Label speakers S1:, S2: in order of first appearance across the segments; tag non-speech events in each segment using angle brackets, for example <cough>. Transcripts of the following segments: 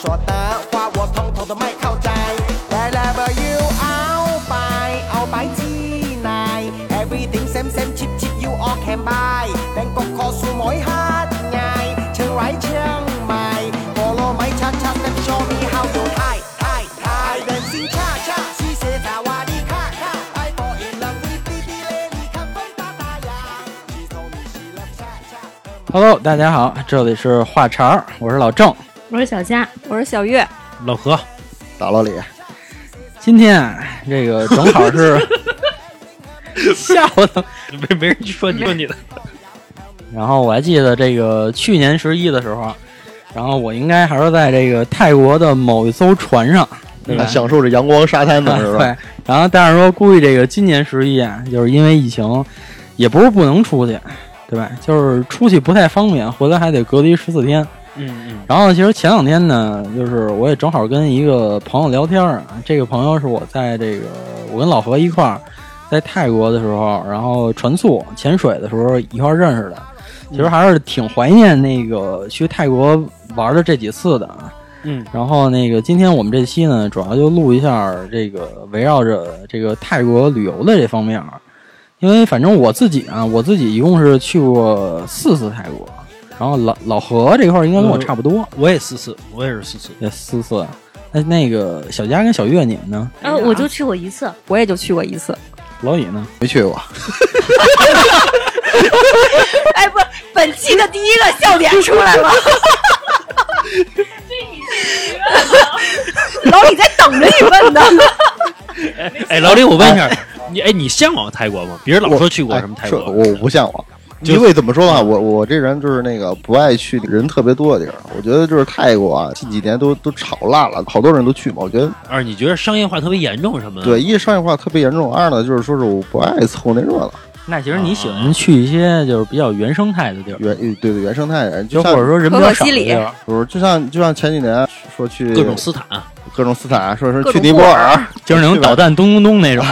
S1: 话我通通都ไม่เข้าใจ W เอาไปเอาไปที่ไหน Everything same same cheap cheap you all can buy แบงกอกคอสูมอยฮาดไงเชียงรายเชียงใหม่ Follow my cha cha step show me how you high high high dancing cha cha สีเสตาวาดีค่ะค่ะ I fall in love with Didi Lady 看风大大呀 She told me she loves cha cha
S2: Hello，大家好，这里是话茬儿，我是老郑。
S3: 我是小佳，
S4: 我是小月，
S5: 老何，
S6: 大老李，
S2: 今天啊，这个正好
S5: <laughs>
S2: 是下午的，
S5: 没没人说你说你的，
S2: 然后我还记得这个去年十一的时候，然后我应该还是在这个泰国的某一艘船上，对吧？
S6: 享受着阳光沙滩呢，
S2: <laughs>
S6: 是吧？
S2: 对，然后但是说估计这个今年十一啊，就是因为疫情，也不是不能出去，对吧？就是出去不太方便，回来还得隔离十四天。
S5: 嗯
S2: 然后其实前两天呢，就是我也正好跟一个朋友聊天儿啊，这个朋友是我在这个我跟老何一块儿在泰国的时候，然后船宿潜水的时候一块儿认识的。其实还是挺怀念那个去泰国玩的这几次的啊。
S5: 嗯
S2: 然后那个今天我们这期呢，主要就录一下这个围绕着这个泰国旅游的这方面儿，因为反正我自己啊，我自己一共是去过四次泰国，然后老老何这块儿应该跟我差不多，
S5: 嗯，我也四次，我也是四次，
S2: 也四次。那啊哎那个小佳跟小月你们呢？
S3: 呃，我就去过一次，
S4: 我也就去过一次。
S2: 老李呢？
S6: 没去过，
S4: <laughs> 哎，不，本期的第一个笑点出来了。老李在等着你问呢。
S5: 哎，老李，我问一下，你哎，你向往泰国吗？别人老说去过
S6: 哎
S5: 什么泰
S6: 是
S5: 国，
S6: 我不向往。
S5: 就
S6: 因为怎么说吧，我我这人就是那个不爱去人特别多的地儿。我觉得就是泰国啊，近几年都都炒烂了，好多人都去嘛。我觉得
S5: 二你觉得商业化特别严重什么的？
S6: 对，，一商业化特别严重，二呢就是说是我不爱凑那热闹，
S2: 那其实你喜欢啊去一些就是比较原生态的地儿，
S6: 原对对原生态人，
S2: 就或
S6: 就像
S2: 者说人比
S4: 可
S2: 较
S4: 可
S2: 少
S4: 西
S2: 的
S4: 里
S2: 地儿。
S6: 不是就像就像前几年说去
S5: 各种斯坦，
S6: 各种斯坦，说
S4: 各
S6: <laughs> 说去
S4: 种
S6: 尼
S4: 霍
S6: 泊
S4: 尔
S6: 尔，
S2: 就是那种导弹咚咚咚那种，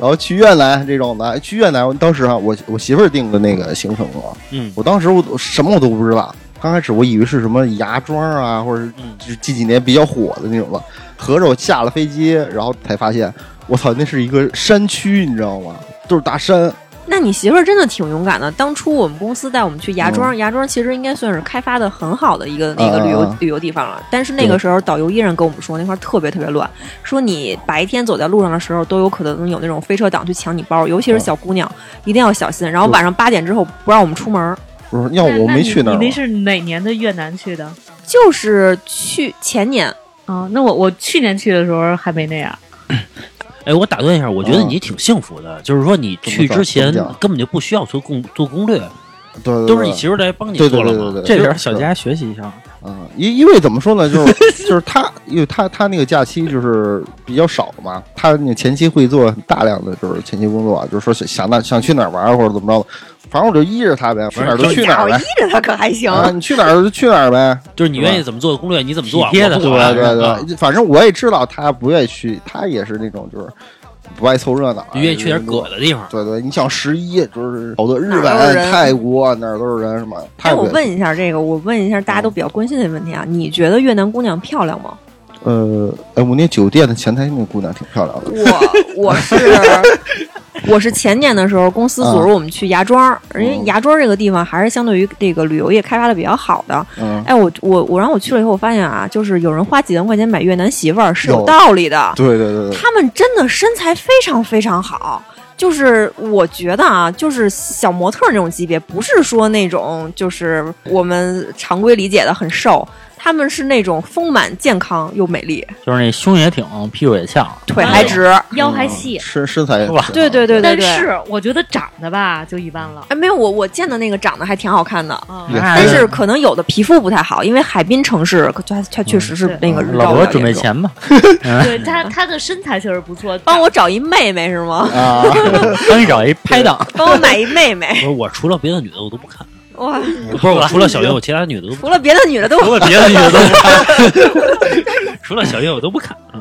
S6: 然后去越南这种的，哎去越南我当时啊，我我媳妇儿定的那个行程啊，
S5: 嗯
S6: 我当时我什么我都不知道，刚开始我以为是什么芽庄啊，或者是
S5: 嗯
S6: 就是近几年比较火的那种了，合着我下了飞机，然后才发现，我操，那是一个山区，你知道吗？都是大山，
S4: 那你媳妇儿真的挺勇敢的。当初我们公司带我们去芽庄，芽庄其实应该算是开发的很好的一个那个旅游、
S6: 啊
S4: 旅游地方了。但是那个时候导游依然跟我们说，那块儿特别特别乱，说你白天走在路上的时候，都有可能有那种飞车党去抢你包，尤
S6: 哦
S4: 其是小姑娘，一定要小心。然后晚上八点之后不让我们出门，
S6: 我说要我没去那
S3: 你
S6: 儿
S3: 那
S6: 吗，
S3: 是哪年的越南去的？
S4: 就是去前年。
S3: 啊，那我我去年去的时候还没那样。
S5: 哎，我打断一下，我觉得
S6: 啊
S5: 你挺幸福的，就是说你去
S6: 怎么
S5: 之
S6: 讲
S5: 前
S6: 怎么讲
S5: 根本就不需要做攻做攻略，
S6: 对对对，
S5: 都是你媳妇儿来帮你
S6: 对
S5: 做
S6: 对
S5: 了
S6: 对
S5: 嘛。
S6: 对对，
S2: 这
S6: 边
S2: 点小佳学习一下。
S6: 嗯，因因为怎么说
S4: <laughs>
S6: 呢，就是就是他，因为他他那个假期就是比较少嘛，他那个前期会做大量的就是前期工作，啊就是说想想那想去哪儿玩儿或者怎么着的，反正我就依着他呗，去哪儿就去哪儿
S4: 我
S6: 呗
S4: 哦依，着他可还行。
S6: 啊，你去哪儿就去哪儿呗，
S5: 就是你愿意怎么做攻略，你怎么做，啊
S2: 体贴的
S5: 我不
S2: 是吧
S5: 管
S6: 对对对，反正我也知道他不愿意去，他也是那种就是不爱凑热闹啊，
S5: 你愿意去点
S6: 人多
S5: 葛的地方。
S6: 对对，你想十一就是好多日
S4: 哪儿都
S6: 本
S4: 是、人
S6: 泰国啊哪儿都是人什么，泰
S4: 哎，
S6: 国嗯
S4: 我问一下这个，我问一下大家都比较关心的问题啊，你觉得越南姑娘漂亮吗？
S6: 呃，哎，我那酒店的前台那姑娘挺漂亮的，
S4: 我我
S6: <laughs>
S4: 是我是前年的时候，公司
S6: 啊
S4: 组织我们去芽庄，人
S6: 嗯
S4: 家芽庄这个地方还是相对于这个旅游业开发的比较好的。
S6: 嗯，
S4: 哎，我我我，然后我去了以后，我发现啊，就是有人花几万块钱买越南媳妇儿是有
S6: 有
S4: 道理的，
S6: 对对对对。
S4: 他们真的身材非常非常好。就是我觉得啊，就是小模特那种级别，不是说那种就是我们常规理解的很瘦，他们是那种丰满、健康又美丽，
S2: 就是那胸也挺，屁股也翘，
S4: 腿还直。
S3: 腰
S2: 嗯
S3: 还细，
S6: 嗯身身材
S2: 是吧
S4: 对哎对对对
S3: 但
S4: 对。
S3: 是我觉得长得吧就一般了。
S4: 哎，没有，我我见的那个长得还挺好看的，
S3: 啊，
S6: 也
S2: 哎
S4: 但是可能有的皮肤不太好，因为海滨城市可它它确实是
S3: 嗯
S4: 那个日
S2: 老
S4: 照比
S2: 罗
S4: 较
S2: 准备
S4: 严重。
S2: 钱 <laughs> 吧，嗯
S3: <laughs> 对他他的身材确实不错，
S4: 哦
S3: <laughs>
S4: 帮我找一妹妹是吗？
S6: 啊，
S2: 帮你找一拍档。
S4: <laughs> 帮我买一妹妹
S5: 不。是我除了别的女的我都不看，
S4: <laughs> 哇，
S5: 不是我除了小月我其他女的都不
S4: 除了别的女的都 <laughs>
S5: 除了别的女的都不看，除了小月我都不看。
S2: 嗯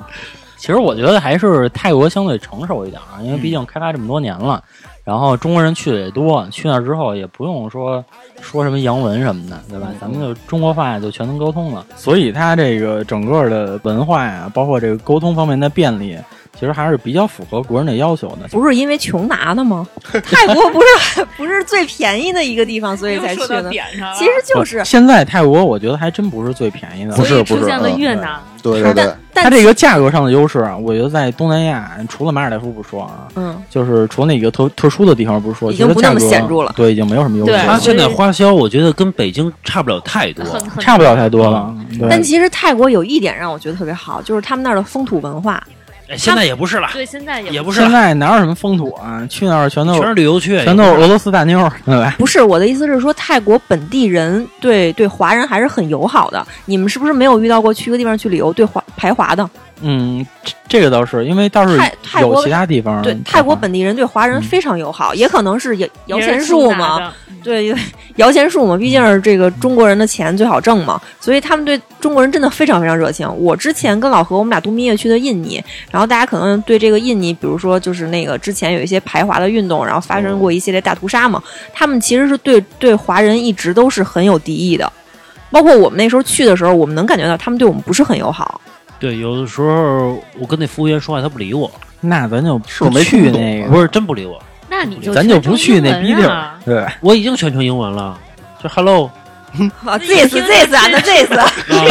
S2: 其实我觉得还是泰国相对成熟一点啊，因为毕竟开发这么多年了，然后中国人去的也多，去那儿之后也不用说说什么洋文什么的，对吧？咱们就中国话就全能沟通了。嗯所以它这个整个的文化呀、包括这个沟通方面的便利，其实还是比较符合国人的要求的。
S4: 不是因为穷拿的 <laughs> 吗？泰国不是不是最便宜的一个地方，所以才去
S3: 又说到
S4: 的。
S3: 点上了。
S4: 其实就是，
S2: 现在泰国，我觉得还真不是最便宜的，
S6: 不
S3: 所
S6: 是
S3: 以
S6: 不
S3: 出
S6: 是
S3: 现了
S6: 嗯
S3: 越南，
S6: 对对对
S4: 但，
S2: 它
S4: 但
S2: 这个价格上的优势啊，我觉得在东南亚，除了马尔代夫不说啊，
S4: 嗯，
S2: 就是除了那个特特殊的地方不说，
S4: 已经不
S2: 觉得
S4: 那么
S2: 价格
S4: 显著了
S2: 对，已经没有什么优势
S3: 对
S5: 他
S7: 啊
S2: 了，
S5: 现在花销，我觉得跟北京差不了太多。
S3: 很很
S2: 差不了太多了。对
S4: 但其实泰国有一点让我觉得特别好，就是他们那儿的风土文化。
S5: 哎，现在也不是了，
S3: 对，现在也
S5: 也不是
S2: 现
S5: 了，
S2: 在哪有什么风土啊？去那儿全都
S5: 全是旅游去，
S2: 全都是俄罗斯大妞儿， <laughs> 对吧？
S4: 不是我的意思是说，泰国本地人对对华人还是很友好的。你们是不是没有遇到过去一个地方去旅游对华排华的？
S2: 嗯，这这个倒是，因为倒是
S4: 泰泰
S2: 有
S4: 国
S2: 其他地
S3: 嗯
S2: 方
S4: 对，泰国本地人对华人
S2: 嗯
S4: 非常友好，也可能是摇摇
S3: 也
S4: 钱
S3: 是
S4: 树
S3: 拿
S4: 嘛，
S3: 的，
S4: 对， <laughs> 摇钱树嘛，毕竟是这个中国人的钱最好挣嘛，所以他们对中国人真的非常非常热情。我之前跟老何，我们俩度蜜月去的印尼，然后大家可能对这个印尼，比如说就是那个之前有一些排华的运动，然后发生过一系列大屠杀嘛，他们其实是对对华人一直都是很有敌意的。包括我们那时候去的时候，我们能感觉到他们对我们不是很友
S3: <laughs>
S4: 好。
S5: 对，有的时候我跟那服务员说话，他不理我，
S2: 那咱就不
S6: 是我没
S2: 去
S6: 听懂
S2: 那个，
S5: 不是真不理我，
S3: 那你就
S2: 咱就
S3: 就
S2: 不去那逼地儿，
S3: 啊
S2: 对。
S5: 我已经全程英文了，就
S3: <laughs>
S5: Hello，
S4: 啊，this this 啊，那 this，
S5: 啊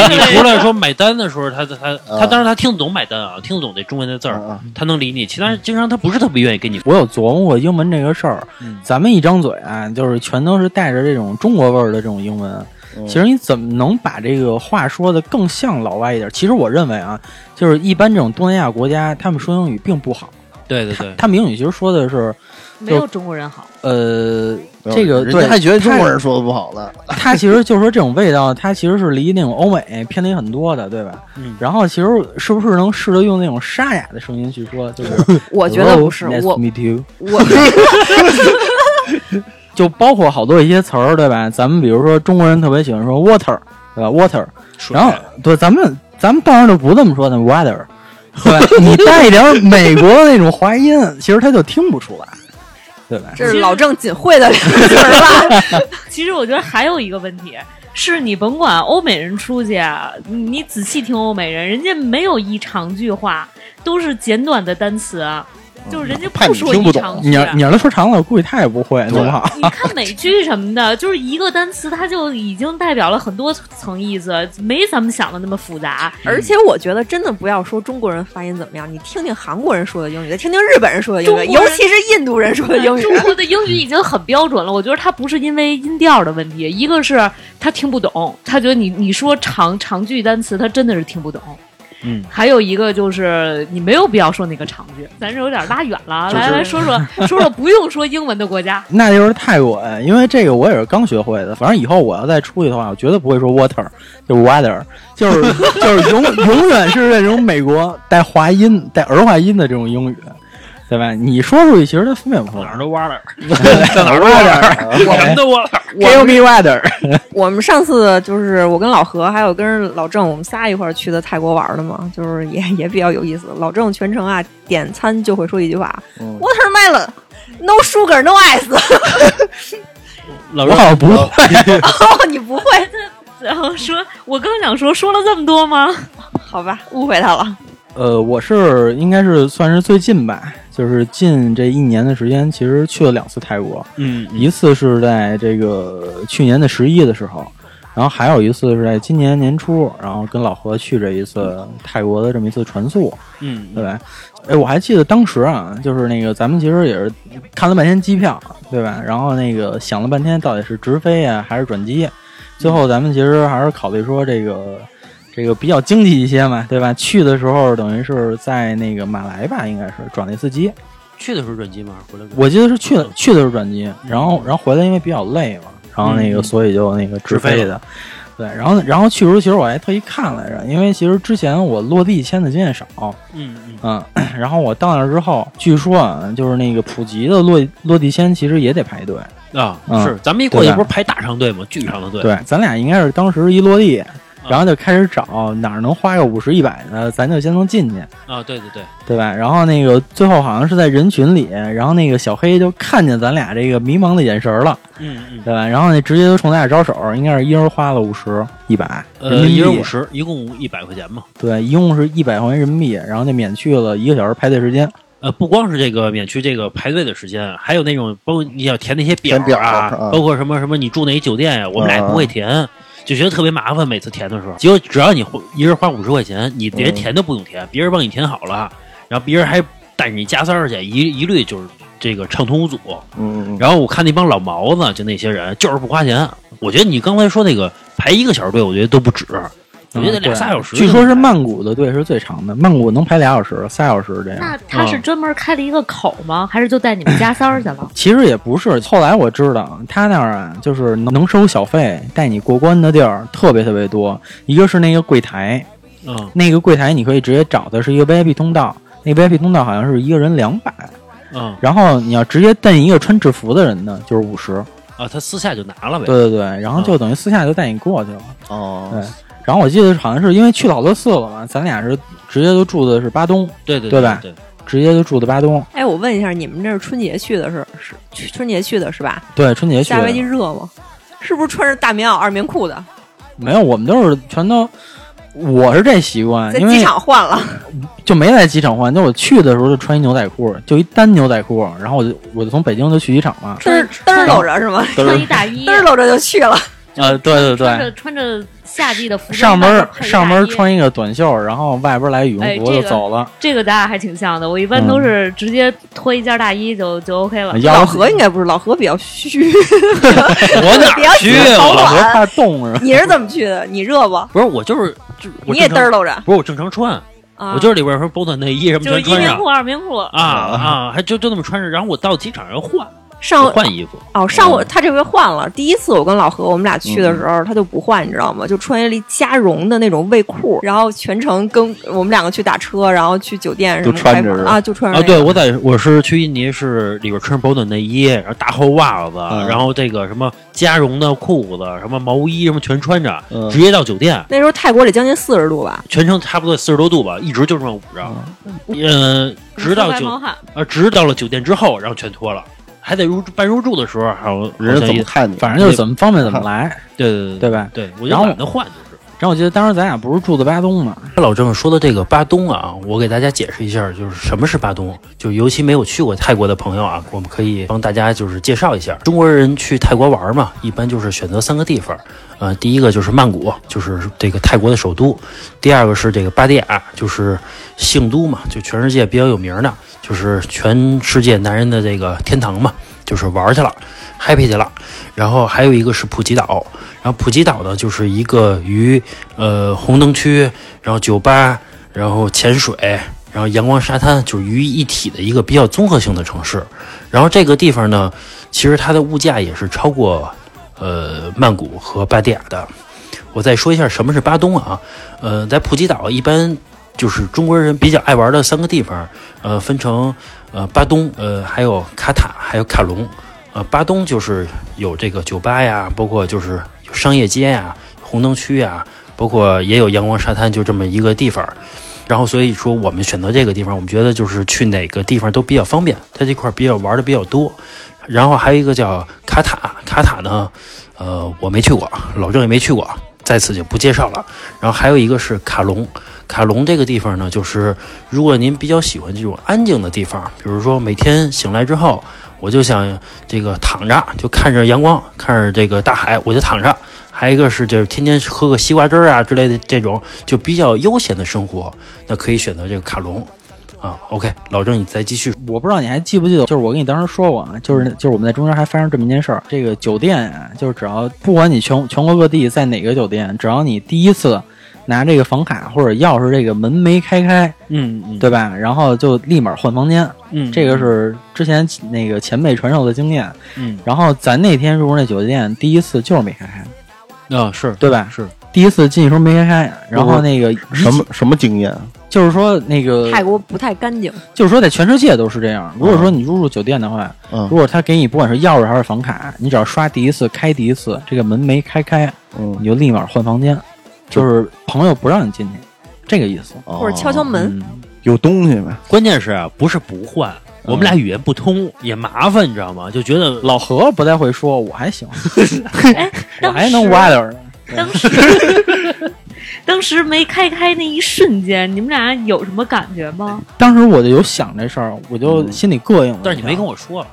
S5: 你除了说买单的时候，他他
S6: 啊
S5: 他当然他听得懂买单啊，听得懂那中文的字
S6: 嗯
S5: 儿，
S6: 嗯
S5: 他能理你。其他人经常他不是特别愿意跟你。
S2: 我有琢磨过英文这个事儿，咱们一张嘴啊，就是全都是带着这种中国味儿的这种英文。啊
S6: 嗯
S2: 其实你怎么能把这个话说的更像老外一点？其实我认为啊，就是一般这种东南亚国家，他们说英语并不好，
S6: 嗯
S5: 对对 <laughs> 对，
S2: 他们英语其实说的是
S3: 没有中国人好。
S2: 呃，
S6: 对
S2: 这个
S6: 人
S2: 对
S6: 家还觉得中国
S2: 太
S6: 人说的不好呢，
S2: 它其实就是说这种味道，它其实是离那种欧美偏离很多的，对吧？
S5: 嗯
S2: 然后其实是不是能试着用那种沙哑的声音去说？就是
S4: <laughs> 我觉得不是
S2: Hello, nice
S4: 我
S2: to meet you。
S4: 我 <laughs>
S2: 就包括好多一些词儿，对吧？咱们比如说中国人特别喜欢说 water，对吧？water，
S5: 水
S2: 然后对咱们咱们当然就不这么说，那 water，对吧？你带一点美国的那种滑音，其实他就听不出来，对吧？
S4: 这是老郑仅会的 <laughs> 两个字儿吧？
S3: 其实我觉得还有一个问题是你甭管欧美人出去啊，你你仔细听欧美人，人家没有一长句话，都是简短的单词，啊就是人家
S6: 怕你
S3: 说
S6: 听
S3: 一
S6: 不懂
S3: 长
S2: 嗯
S3: 句。啊
S2: 你要你要是说长了，我估计他也不会，
S6: 对
S2: 弄不好。
S3: 你看美剧什么的，就是一个单词，它就已经代表了很多层意思，没咱们想的那么复杂。
S4: 而且我觉得真的不要说中国人发音怎么样，你听听韩国人说的英语，再听听日本人说的英语，
S3: 中国
S4: 尤
S3: 人
S4: 其是印度人说的英语。
S3: 中国的英语已经很标准了，我觉得他不是因为音调的问题，一个是他听不懂，他觉得你你说长长句单词，他真的是听不懂。
S5: 嗯，
S3: 还有一个就是你没有必要说那个长句，咱是有点拉远了，
S6: 就是
S3: 来来说说说说不用说英文的国家，
S2: 那就是泰国呀，因为这个我也是刚学会的。反正以后我要再出去的话，我绝对不会说 water，就是 water，就是就是永 <laughs> 永远是那种美国带滑音、带儿化音的这种英语，对吧？你说出去，其实它分辨不出
S5: 哪儿
S2: 来。
S5: 都挖了，
S2: 在哪儿 water？
S5: 什么都挖了。
S2: Give me water！
S4: <laughs> 我们上次就是我跟老何还有跟老郑，我们仨一块儿去的泰国玩的嘛，就是也也比较有意思。老郑全程啊点餐就会说一句话、
S6: 嗯
S4: w a t e r m e l o n No sugar, no ice。 <laughs>
S5: 老
S2: 我
S5: 郑
S2: 好像不会，
S4: 哦，你不会？
S3: 然后说我刚想说说了这么多吗？
S4: 好吧，误会他了。
S2: 呃，我是应该是算是最近吧，就是近这一年的时间，其实去了两次泰国。
S5: 嗯，嗯
S2: 一次是在这个去年的十一的时候，然后还有一次是在今年年初，然后跟老何去这一次泰国的这么一次船宿，
S5: 嗯
S2: 对吧？哎，我还记得当时啊，就是那个咱们其实也是看了半天机票，对吧？然后那个想了半天到底是直飞啊还是转机，最后咱们其实还是考虑说这个。这个比较经济一些嘛，对吧？去的时候等于是在那个马来吧，应该是转了一次机，
S5: 去的时候转机吗？回来转机
S2: 我记得是去的去的是转机，然后然后回来因为比较累嘛，然后那个、
S5: 嗯
S2: 所以就那个直
S5: 直
S2: 飞
S5: 飞
S2: 的。对，然后然后去的时候其实我还特意看来着，因为其实之前我落地签的经验少，
S5: 嗯
S2: 嗯， <clears throat> 然后我到那儿之后，据说啊，就是那个普及的落落地签其实也得排队。
S5: 嗯啊
S2: 嗯
S5: 是，咱们一过去
S2: 对吧
S5: 不是排大长队吗？巨长的队。
S2: 对，咱俩应该是当时一落地，
S7: 嗯
S2: 然后就开始找哪儿能花个五十一百的，咱就先能进去，
S7: 啊，对对对，
S2: 对吧？然后那个最后好像是在人群里，然后那个小黑就看见咱俩这个迷茫的眼神了，
S7: 嗯嗯，
S2: 对吧？然后那直接就冲咱俩招手，应该是一人花了五十一百人
S7: 呃，
S2: 民
S7: 一
S2: 币，
S7: 人五十，一共一百块钱嘛。
S2: 对，一共是一百块钱人民币，然后就免去了一个小时排队时间。
S7: 呃，不光是这个免去这个排队的时间，还有那种包括你要填那些表
S6: 填表
S7: 啊，
S6: 啊
S7: 包括什么什么你住哪酒店呀、我们俩也
S6: 啊
S7: 不会填，就觉得特别麻烦，每次填的时候，结果只要你花一人花五十块钱，你连
S6: 嗯
S7: 填都不用填，别人帮你填好了，然后别人还带你加塞儿去，一一律就是这个畅通无阻。
S6: 嗯，
S7: 然后我看那帮老毛子，就那些人，就是不花钱。我觉得你刚才说那个排一个小时队，我觉得都不止，我觉得
S2: 嗯
S7: 俩
S2: 对
S7: 仨小时就
S2: 据
S7: 能排。
S2: 说是曼谷的队是最长的，曼谷能排俩小时、仨小时这样。
S3: 那他
S6: 嗯
S3: 是专门开了一个口吗？还是就带你们加塞儿去了？
S2: 其实也不是，后来我知道他那儿啊，就是能能收小费带你过关的地儿特别特别多。一个是那个柜台，
S7: 嗯
S2: 那个柜台你可以直接找的是一个 VIP 通道，那 VIP 通道好像是一个人两百，
S7: 嗯
S2: 然后你要直接瞪一个穿制服的人呢，就是五十。
S7: 啊，他私下就拿了呗。
S2: 对对对，然后就等于私下就带你过去了。
S6: 哦
S2: 对，然后我记得好像是因为去了好多次了嘛，咱俩是直接就住的是巴东，
S7: 对对
S2: 对
S7: 对
S2: 吧直接就住的巴东。
S4: 哎，我问一下，你们这是春节去的是是去春节去的是吧？
S2: 对，春节去
S4: 夏
S2: 的
S4: 威夷热吗？是不是穿着大棉袄、二棉裤的，
S2: 没有，我们都是全都，我是这习惯，
S4: 在
S2: 因
S4: 机
S2: 为
S4: 场换了？
S2: 就没在机场换，就我去的时候就穿一牛仔裤，就一单牛仔裤，然后我就我就从北京就去机场了。
S4: 嘚儿嘚儿搂着是 <laughs> 吗？
S3: 穿一大衣
S4: 嘚，儿搂着就去了。
S2: 呃，对对
S3: 穿着穿着夏季的服装，
S2: 上
S3: 外
S2: 边
S3: 边配一
S2: 上
S3: 大
S2: 边
S3: 衣
S2: 穿一个短袖，然后外边来羽
S3: 哎
S2: 绒服
S3: 这
S2: 就
S3: 个
S2: 走了。
S3: 这个咱俩还挺像的。我一般
S2: 嗯
S3: 都是直接脱一件大衣就就 OK
S7: 哎
S3: 了。
S2: 腰 <laughs>
S4: 老何应该不是，老何比较虚。
S7: 我 <laughs> 哪
S4: 不要
S7: 儿去
S4: 紧
S7: 啊
S4: 保
S7: 我
S4: 暖
S2: 我怕冻着。
S4: 你是怎么去的？你热不？
S7: 不是我就是就是我
S4: 你也
S7: 正
S4: 嘚
S7: 常
S4: 儿搂着？
S7: 不是我正常穿，
S4: 啊
S7: 我就是里边说保暖内衣什么
S3: 就是
S7: 全
S3: 一
S7: 穿
S3: 棉
S7: 上
S3: 裤、二棉裤，
S7: 啊啊，还就就那么穿着，然后我到机场要换
S4: 上
S7: 换嗯衣服，
S4: 哦，上我他这回换了。第一次我跟老何我们俩去
S7: 嗯
S4: 的时候，他就不换，你知道吗？就穿一加绒的那种卫裤，然后全程跟我们两个去打车，然后去酒店什么
S6: 就穿
S4: 开
S6: 着
S4: 房
S6: 是吧
S4: 啊，就穿着
S7: 啊，
S4: 那个
S7: 对，我在我是去印尼，是里边穿着保暖内衣，然后大厚袜子，
S6: 嗯
S7: 然后这个什么加绒的裤子，什么毛衣什么全穿着，
S6: 嗯
S7: 直接到酒店，
S4: 那时候泰国得将近四十度吧，
S7: 全程差不多四十多度吧，一直就这么捂着，嗯，直到
S3: 白毛
S7: 酒
S3: 汗。
S7: 呃，直到了酒店之后，然后全脱了，还得入办入住的时候，还有
S6: 人家怎么
S7: 对
S6: 看你？
S2: 反正就是怎么方便怎么来，
S7: 对
S2: 对吧？
S7: 对，
S2: 然
S7: 我就
S2: 后
S7: 懒得换就是。
S2: 然后我记得当时咱俩不是住的巴东嘛，
S7: 老郑说的这个巴东啊，我给大家解释一下，就是什么是巴东，就是尤其没有去过泰国的朋友啊，我们可以帮大家就是介绍一下。中国人去泰国玩嘛，一般就是选择三个地方，呃，第一个就是曼谷，就是这个泰国的首都；第二个是这个芭提雅，就是性都嘛，就全世界比较有名的，就是全世界男人的这个天堂嘛，就是玩去了，happy 去了。然后还有一个是普吉岛，然后普吉岛呢就是一个于呃红灯区，然后酒吧，然后潜水，然后阳光沙滩，就是于一体的一个比较综合性的城市。然后这个地方呢，其实它的物价也是超过呃曼谷和芭提雅的。我再说一下什么是巴东啊，呃，在普吉岛一般就是中国人比较爱玩的三个地方，呃，分成呃巴东，呃还有卡塔，还有卡隆。呃，巴东就是有这个酒吧呀，包括就是有商业街呀、红灯区呀，包括也有阳光沙滩，就这么一个地方儿。然后所以说我们选择这个地方，我们觉得就是去哪个地方都比较方便，在这块儿比较玩的比较多。然后还有一个叫卡塔，卡塔呢，呃，我没去过，老郑也没去过，在此就不介绍了。然后还有一个是卡隆，卡隆这个地方呢，就是如果您比较喜欢这种安静的地方，比如说每天醒来之后，我就想这个躺着，就看着阳光，看着这个大海，我就躺着。还有一个是就是天天喝个西瓜汁儿啊之类的这种就比较悠闲的生活，那可以选择这个卡隆啊。OK，老郑你再继续。
S2: 我不知道你还记不记得，就是我跟你当时说过啊，就是就是我们在中间还发生这么一件事儿，这个酒店啊，就是只要不管你全全国各地在哪个酒店，只要你第一次拿这个房卡或者钥匙这个门没开开，
S7: 嗯嗯，
S2: 对吧？然后就立马换房间，
S7: 嗯
S2: 这个是之前那个前辈传授的经验。
S7: 嗯
S2: 然后咱那天入住那酒店，第一次就是没开开，
S7: 啊是
S2: 对吧？
S7: 是
S2: 第一次进去时候没开开，然后那个一
S6: 什么什么经验？
S2: 就是说那个
S4: 泰国不太干净。
S2: 就是说在全世界都是这样。如果说你入住酒店的话。如
S6: 嗯
S2: 果他给你不管是钥匙还是房卡，你只要刷第一次、开第一次，这个门没开开，
S6: 嗯
S2: 你就立马换房间。就是朋友不让你进去，这个意思。
S7: 哦
S4: 或者敲敲门，
S2: 嗯，
S6: 哦有东西呗，
S7: 关键是啊，不是不换，我们俩语言不通也麻烦，你知道吗？就觉得
S2: 老何不太会说，我还行，
S3: <laughs> 哎，
S2: <laughs> 我
S3: 当
S2: 还能
S3: 时
S2: 歪点儿。
S3: 当时当时没开开那一瞬间，你们俩有什么感觉吗？
S2: 当时我就有想这事儿，我就
S6: 嗯
S2: 心里膈应了一下。
S7: 但是你没跟我说，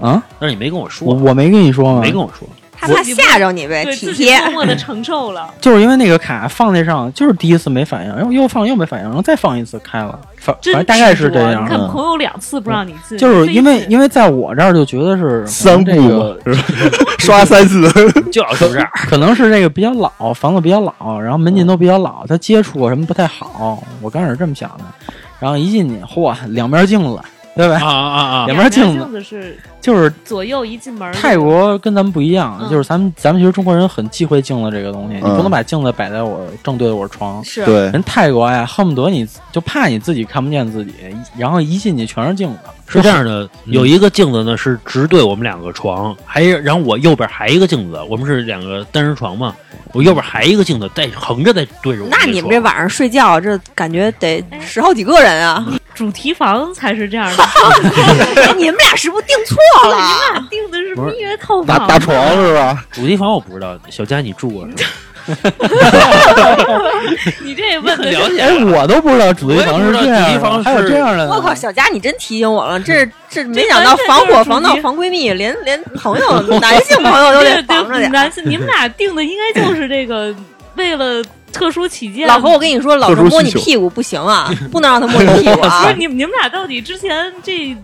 S2: 啊？
S7: 但是你没跟我说
S2: 我，我没跟你说吗？
S7: 没跟我说，
S4: 他怕吓着你呗，
S3: 对
S4: 哎体
S3: 自己
S4: 贴。
S3: 默默的承
S2: <laughs>
S3: 受了。
S2: 就是因为那个卡放那上，就是第一次没反应，然后又放又没反应，然后再放一次开了，反反
S3: 真
S2: 正大概是
S3: 执
S2: 这
S3: 着
S2: 样
S3: 你看
S2: 的。嗯
S3: 朋友两次不让你进，
S2: 就是因为
S3: 为
S2: 因为在我这儿就觉得是
S6: 三
S2: 可
S6: 步
S2: 能这个，
S6: 嘛是吧刷三次，
S7: 就老说这样。
S2: 可能是这个比较老，房子比较老，然后门禁都比较老，他接触过什么不太好。我刚开始这么想的，然后一进去，嚯，两面镜子，对吧？
S7: <laughs> 啊啊啊！
S2: 两
S3: 两
S2: 边
S3: 面
S2: 镜子
S3: 子是
S2: 就是
S3: 左右一进门，
S2: 泰国跟咱们不一样，
S3: 嗯
S2: 就是咱们咱们其实中国人很忌讳镜子这个东西，你
S6: 嗯
S2: 不能把镜子摆在我正对着我床。
S3: 是
S6: 对，
S2: 人泰国呀，恨不得你就怕你自己看不见自己，然后一进去全是镜子。
S7: 是这嗯样的，有一个镜子呢是直对我们两个床，还有然后我右边还一个镜子，我们是两个单人床嘛，我右边还一个镜子带横着在对着我
S4: 那你们这
S7: 晚
S4: 晚上睡觉，这感觉得十好几个人
S7: 嗯
S4: 啊！
S3: 主题房才是这
S2: <laughs>
S3: 样的，
S4: <laughs> 你们俩是不是订错
S3: 你
S4: 了？
S3: 们俩订的是
S7: 不是
S3: 蜜月套
S6: 大
S3: 房，
S6: 大床是吧？
S7: 主题房我不知道，小佳你住过是吧？
S3: 你这问的
S7: <laughs> 了
S3: 是
S7: 解
S2: 哎，我都不知道主题房是这
S7: 我也
S2: 样
S7: 不知道主题房
S2: 的，
S7: 是
S2: 还有这样的呢。
S4: 我靠，小佳，你真提醒我了，这这没想
S3: 完
S4: 到
S3: 全
S4: 防
S3: 就是
S4: 火
S3: 主
S4: 防盗
S3: 题
S4: 防闺蜜，连连朋
S3: <laughs>
S4: 友男性朋友都得
S3: 对
S4: 防着
S3: 对
S4: 点。
S3: 男性，你们俩定的应该就是这个，为了特殊起见，
S4: 老何，我跟你说，老
S6: 特
S4: 何
S6: 殊
S4: 摸
S6: 需
S4: 你
S6: 求
S4: 屁股不行啊， <laughs> 不能让他摸你屁股
S3: 不
S4: 啊
S3: <laughs> 是！你们你们俩到底之前这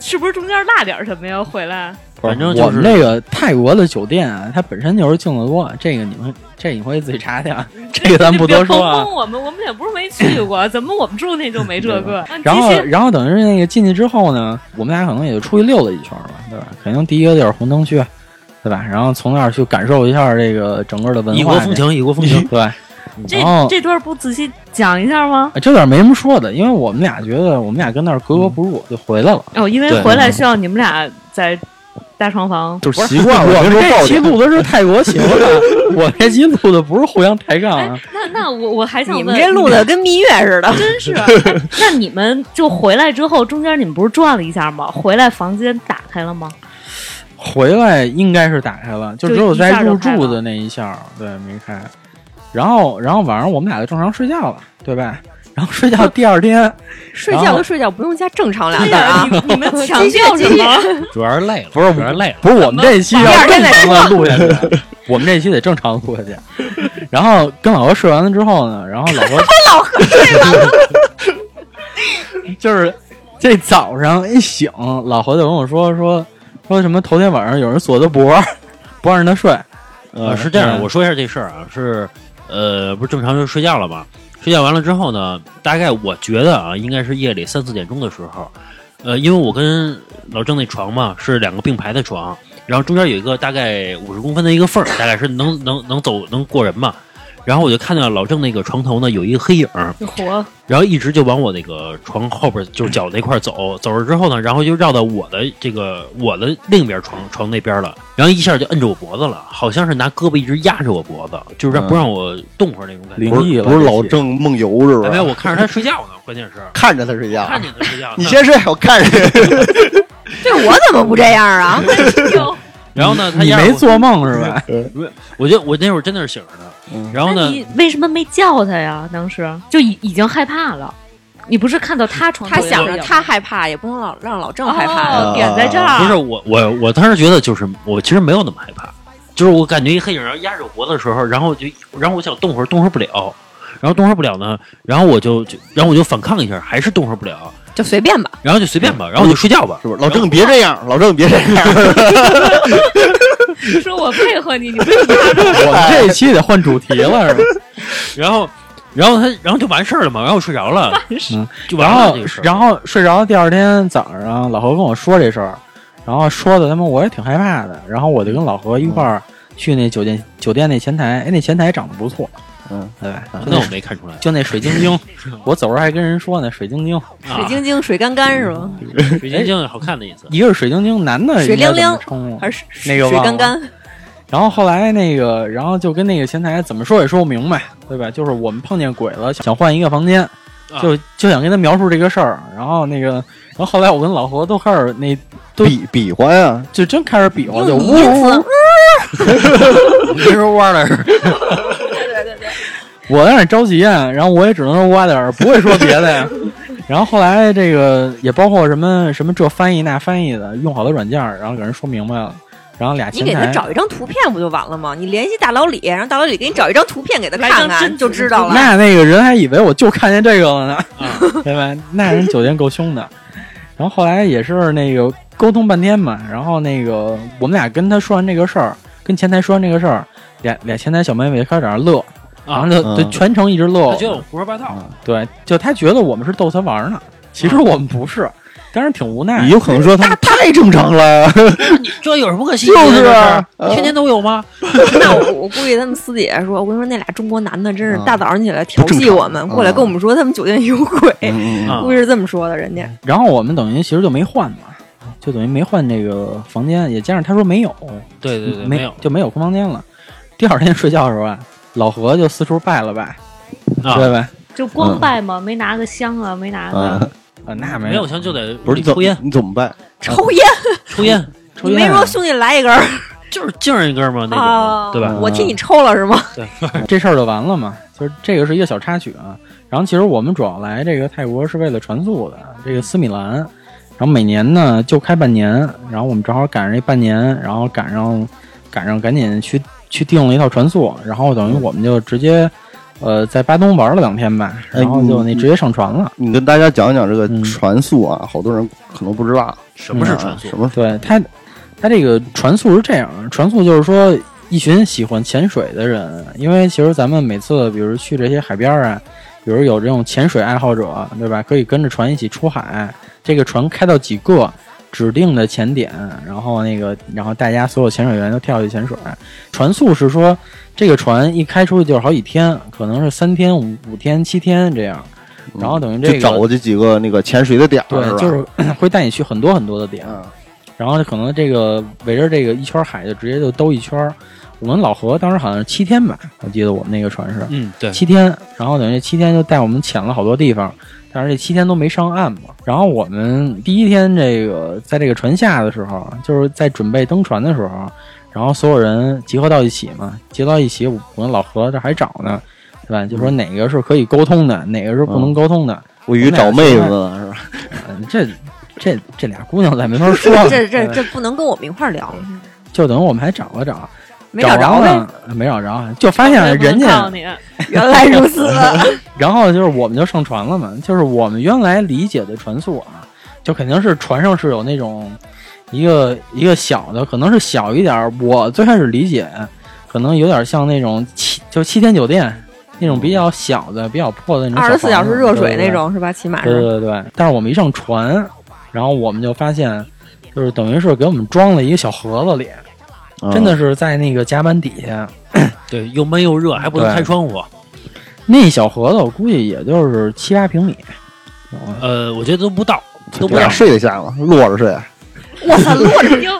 S3: 是不是中间落点儿什么呀？回来
S7: 反正
S2: 我
S7: 就
S2: 们
S7: 是
S2: 这个泰国的酒店啊，它本身就是镜子多，这个你们这你回去自己查去啊，这个咱
S3: 你
S2: 不
S3: 别
S2: 多说
S3: 甭
S2: 啊
S3: 蒙。我们我们也不是没去过，怎么我们住那就没这个？
S2: 然后
S3: 继，续
S2: 然后等于是那个进去之后呢，我们俩可能也就出去溜达一圈吧，对吧？肯定第一个就是红灯区，对吧？然后从那儿去感受一下这个整个的文化，
S7: <laughs> 异国风， <laughs> 情，异国风情。
S2: 对吧。
S3: 这
S2: 然后
S3: 这段不仔细讲一下吗？
S2: 啊这点没什么说的，因为我们俩觉得我们俩跟那儿格格不入，就回来了。
S3: 哦，因为
S7: 对
S3: 回来需要你们俩在大床房。
S6: 就是习惯了，
S2: <laughs> 我
S6: 没
S2: 们
S6: 说
S2: 这
S6: 道
S2: 期
S6: 理。
S2: 录的是泰国行的，我这期录的不是互相抬杠
S3: 哎
S2: 啊。，
S3: 那那我我还想
S4: 你
S3: 问，
S4: 们这录的跟蜜月似的。
S3: 真是、哎那你们就回来之后，中间你们不是转了一下吗？回来房间打开了吗？
S2: 回来应该是打开了，就
S3: 就
S2: 只有
S3: 一下
S2: 在入
S3: 就开
S2: 住
S3: 了
S2: 的那一下儿，对，没开。然后，然后晚上我们俩就正常睡觉了，对吧？然后睡觉第二
S4: <laughs>
S2: 天，
S4: 睡
S2: 然
S4: 觉
S2: 后
S4: 跟睡觉不用加正常俩
S3: 对
S4: 字儿
S3: 呀、
S4: 啊！
S3: 你你们强
S4: 继续
S3: 调什
S4: 继续
S3: 么？
S7: 主要是累了，
S2: 不是
S7: 主要是累了。
S2: 不是我们这一期
S4: 第
S2: 要
S4: 二
S2: 正
S4: 天再
S2: 常的录下去，我们这一期得正常录下去。然后跟老何睡完了之后呢，然后
S4: <laughs>
S2: 老何
S4: 老何睡完了，
S2: <laughs> 就是这早上一醒，老何就跟我说说说什么头天晚上有人锁他脖儿，不让他睡。
S7: 呃，是这样，
S2: 嗯
S7: 我说一下这事儿啊，是呃，不是正常就睡觉了吗？睡觉完了之后呢，大概我觉得啊，应该是夜里三四点钟的时候，呃，因为我跟老郑那床嘛是两个并排的床，然后中间有一个大概五十公分的一个缝儿，大概是能能能走能过人嘛。然后我就看到老郑那个床头呢有一个黑影儿，
S3: 活
S7: 然后一直就往我那个床后边，就是脚那块儿走，走了之后呢，然后就绕到我的这个我的另一边床床那边了，然后一下就摁着我脖子了，好像是拿胳膊一直压着我脖子，就是让
S6: 嗯
S7: 不让我动会儿那种感觉。
S2: 灵
S6: 不
S2: 异
S6: 是
S2: 了，
S6: 不是
S2: 这
S6: 老
S2: 期
S6: 郑梦游是吧？
S7: 哎没有，我看着他睡觉呢，关键是
S6: 看着他睡觉，
S7: 看见他睡觉呢。
S6: 你先睡，我看着你。
S4: <laughs> 这我怎么不这样
S3: <laughs>
S4: 啊？
S7: 然后呢，他
S2: 你
S7: 压着
S2: 没
S7: 我，
S2: 做梦是吧？
S7: 我就我那会儿真的是醒着
S6: 嗯
S7: 的。然后
S3: 那
S7: 呢，
S3: 你为什么没叫他呀？当时就已已经害怕了。你不是看到他床头
S4: 他
S3: 有影
S4: 想
S3: 吗，
S4: 着他害怕，也不能老让老郑害怕呀。
S3: 哦
S2: 呃
S6: 啊
S3: 点在这
S7: <laughs>
S3: 儿，
S7: 不是我我我当时觉得就是我其实没有那么害怕，就是我感觉一黑影要压着我脖子的时候，然后就然后我想动会儿动会儿不了，然后动会儿不了呢，然后我就就然后我就反抗一下，还是动会儿不了，
S4: 就随便吧。
S7: 然后就随便吧，然后我就睡觉吧，
S6: 是不是？老郑别这样，老郑别这样。
S3: 说我配合你，你
S2: 嗯
S3: 不是
S2: 我们
S6: 哎
S2: 这一期得换主题了是吧？
S7: 然后然后他然后就完事儿了嘛，然后我睡着了，就完
S2: 然
S7: 了
S2: 后
S7: 这个事，儿。
S2: 然后睡着了第二天早上，老何跟我说这事儿，然后说的他妈我也挺害怕的，然后我就跟老何一块儿去那酒店酒店那前台，哎，那前台长得不错，
S6: 嗯，
S2: 对吧？就
S7: 那
S2: 那
S7: 我没看出来，
S2: 就那水晶晶，我走着还跟人说呢，水晶晶，
S4: 水晶晶、水干干是吗？
S2: 嗯
S7: 啊水晶晶好看的意思。
S2: 一个是水晶晶，男的
S4: 水
S2: 应该
S4: 亮亮
S2: 怎么称呼
S4: 还是
S2: 那个
S4: 水
S2: 忘
S4: 干
S2: 了
S4: 干？
S2: 然后后来那个，然后就跟那个前台怎么说也说不明白，对吧？就是我们碰见鬼了，想换一个房间，就就想跟他描述这个事儿。然后那个，然后后来我跟老何都开始那都
S6: 比比啊划呀，
S2: 就真开始比划，就
S4: 用
S2: 呜
S4: 你因
S2: 呜
S4: 此
S6: 别说窝来着，
S2: 我有点着急啊，然后我也只能说哇点儿，不会说别的
S4: <laughs>
S2: 呀。然后后来这个也包括什么什么这翻译那翻译的，用好多软件儿，然后给人说明白了，然后俩
S4: 你
S2: 前
S4: 给他
S2: 台
S4: 找一张图片不就完了吗？你联系大老李，让大老李给你找一张图片给他
S3: 来张
S4: 看看，
S3: 真
S4: 就
S3: 图
S4: 知道了。
S2: 那那个人还以为我就看见这个了呢，对吧？那人酒店够凶的。然后后来也是那个沟通半天嘛，然后那个我们俩跟他说完这个事儿，跟前台说完这个事儿，俩俩前台小妹妹就开始在那儿乐，然
S7: 啊
S2: 后就、
S6: 嗯
S4: 啊
S2: 就全程一直乐
S5: 他，觉得我胡说八
S2: 嗯
S5: 道，
S2: 啊对，就他觉得我们是逗他玩儿呢，其实我们不是，当然挺无奈
S6: 你。有可能说他们太正常了，
S5: 你这有什么可信
S6: 就是啊
S5: 啊，天天都有吗？
S4: <laughs> 那我我估计他们私底下说，我跟你说那俩中国男的真
S2: 啊
S4: 是
S6: 嗯
S4: 大早上起来调
S6: 不正
S4: 戏
S6: 常
S4: 我们，过来
S6: 嗯
S4: 跟我们说他们酒店有鬼，
S6: 嗯嗯嗯
S5: 啊
S4: 估计是这么说的。人家
S2: <laughs> 然后我们等于其实就没换嘛，就等于没换这个房间，也加上他说没有，
S5: 对对对，
S2: 没
S5: 有
S2: 就没有空房间了。第二天睡觉的时候啊，老何就四处拜了拜，对
S5: 啊，
S2: 吧？
S3: 就光拜嘛，没拿个香啊，没拿
S6: 啊
S3: 个，
S2: 啊，那
S5: 没有
S2: 有，
S5: 枪就得
S6: 不是你怎
S5: 抽
S6: 么
S5: 烟
S6: 你怎么办？
S4: 抽烟，
S5: 抽烟，
S2: 抽
S4: 你没
S2: 烟啊、
S4: 说兄弟来一根儿，
S5: 就是劲儿一根嘛那种
S4: 啊
S5: 嘛，对吧？
S4: 我
S2: 嗯
S4: 替你抽了是吗？
S2: 这事儿就完了嘛。就是这个是一个小插曲啊。然后其实我们主要来这个泰国是为了船宿的，这个斯米兰。然后每年呢就开半年，然后我们正好赶上这半年，然后赶上赶上赶紧去去订了一套船宿，然后等于我们就直接呃在巴东玩了两天吧，
S6: 哎
S2: 然后就
S6: 你
S2: 那直接上船了。
S6: 你跟大家讲讲这个
S2: 嗯
S6: 传速啊，好多人可能不知道
S5: 什么是
S6: 啊
S5: 传速
S6: 什？么
S2: 对他，他这个传速是这样，啊传速就是说一群喜欢潜水的人，因为其实咱们每次比如去这些海边儿啊，比如有这种潜水爱好者，对吧？可以跟着船一起出海，这个船开到几个指定的潜点，然后那个，然后大家所有潜水员都跳下去潜水。船速是说这个船一开出去就是好几天，可能是三天、五五天、七天这样。然后等于这个
S6: 就找这几个那个潜水的点儿，
S2: 对，
S6: 吧？
S2: 就是 <clears throat> 会带你去很多很多的点，
S6: 嗯
S2: 然后可能这个围着这个一圈海就直接就兜一圈儿。我们老何当时好像是七天吧，我记得我们那个船是
S5: 嗯，对，
S2: 七天，然后等于七天就带我们潜了好多地方，但是这七天都没上岸嘛。然后我们第一天这个在这个船下的时候，啊就是在准备登船的时候，啊然后所有人集合到一起嘛，集合到一起，我跟老何这还找呢，对吧？就说
S6: 嗯
S2: 哪个是可以沟通的，哪个是不能沟通的。
S6: 我以为找妹子呢，是吧？
S2: 嗯，这这这俩姑娘咱没法说了，
S4: 这这
S2: <laughs> 对
S4: 这不能跟我们一块儿聊，
S2: 就等于我们还找了找，啊
S4: 没找着呗。
S2: 了，没找着，就发现人
S3: 我也不能告
S2: 家
S3: 诉，你
S4: 原来
S2: <laughs>
S4: 如此，
S2: 然后就是我们就上船了嘛，就是我们原来理解的船速啊，就肯定是船上是有那种一个一个小的，可能是小一点儿，我最开始理解可能有点像那种七就七天酒店那种比较小的、比较破的那种
S4: 二
S2: 小
S4: 十四小
S2: 房
S4: 时
S2: 子
S4: 热水
S2: 对
S4: 那。
S2: 对对
S4: 种是吧？起码
S2: 对
S4: 是
S2: 对对，但是我们一上船，然后我们就发现，就是等于是给我们装了一个小盒子里，
S6: 啊
S5: 嗯
S2: 真的是在那个甲板底下
S5: 对，又闷又热，还不能
S2: 对
S5: 开窗户。
S2: 那小盒子，我估计也就是七八平米，
S5: 呃，我觉得都不到，都不
S6: 俩
S5: 到。
S6: 睡得下吗？落着睡，啊
S4: 我操，落着
S3: 哟，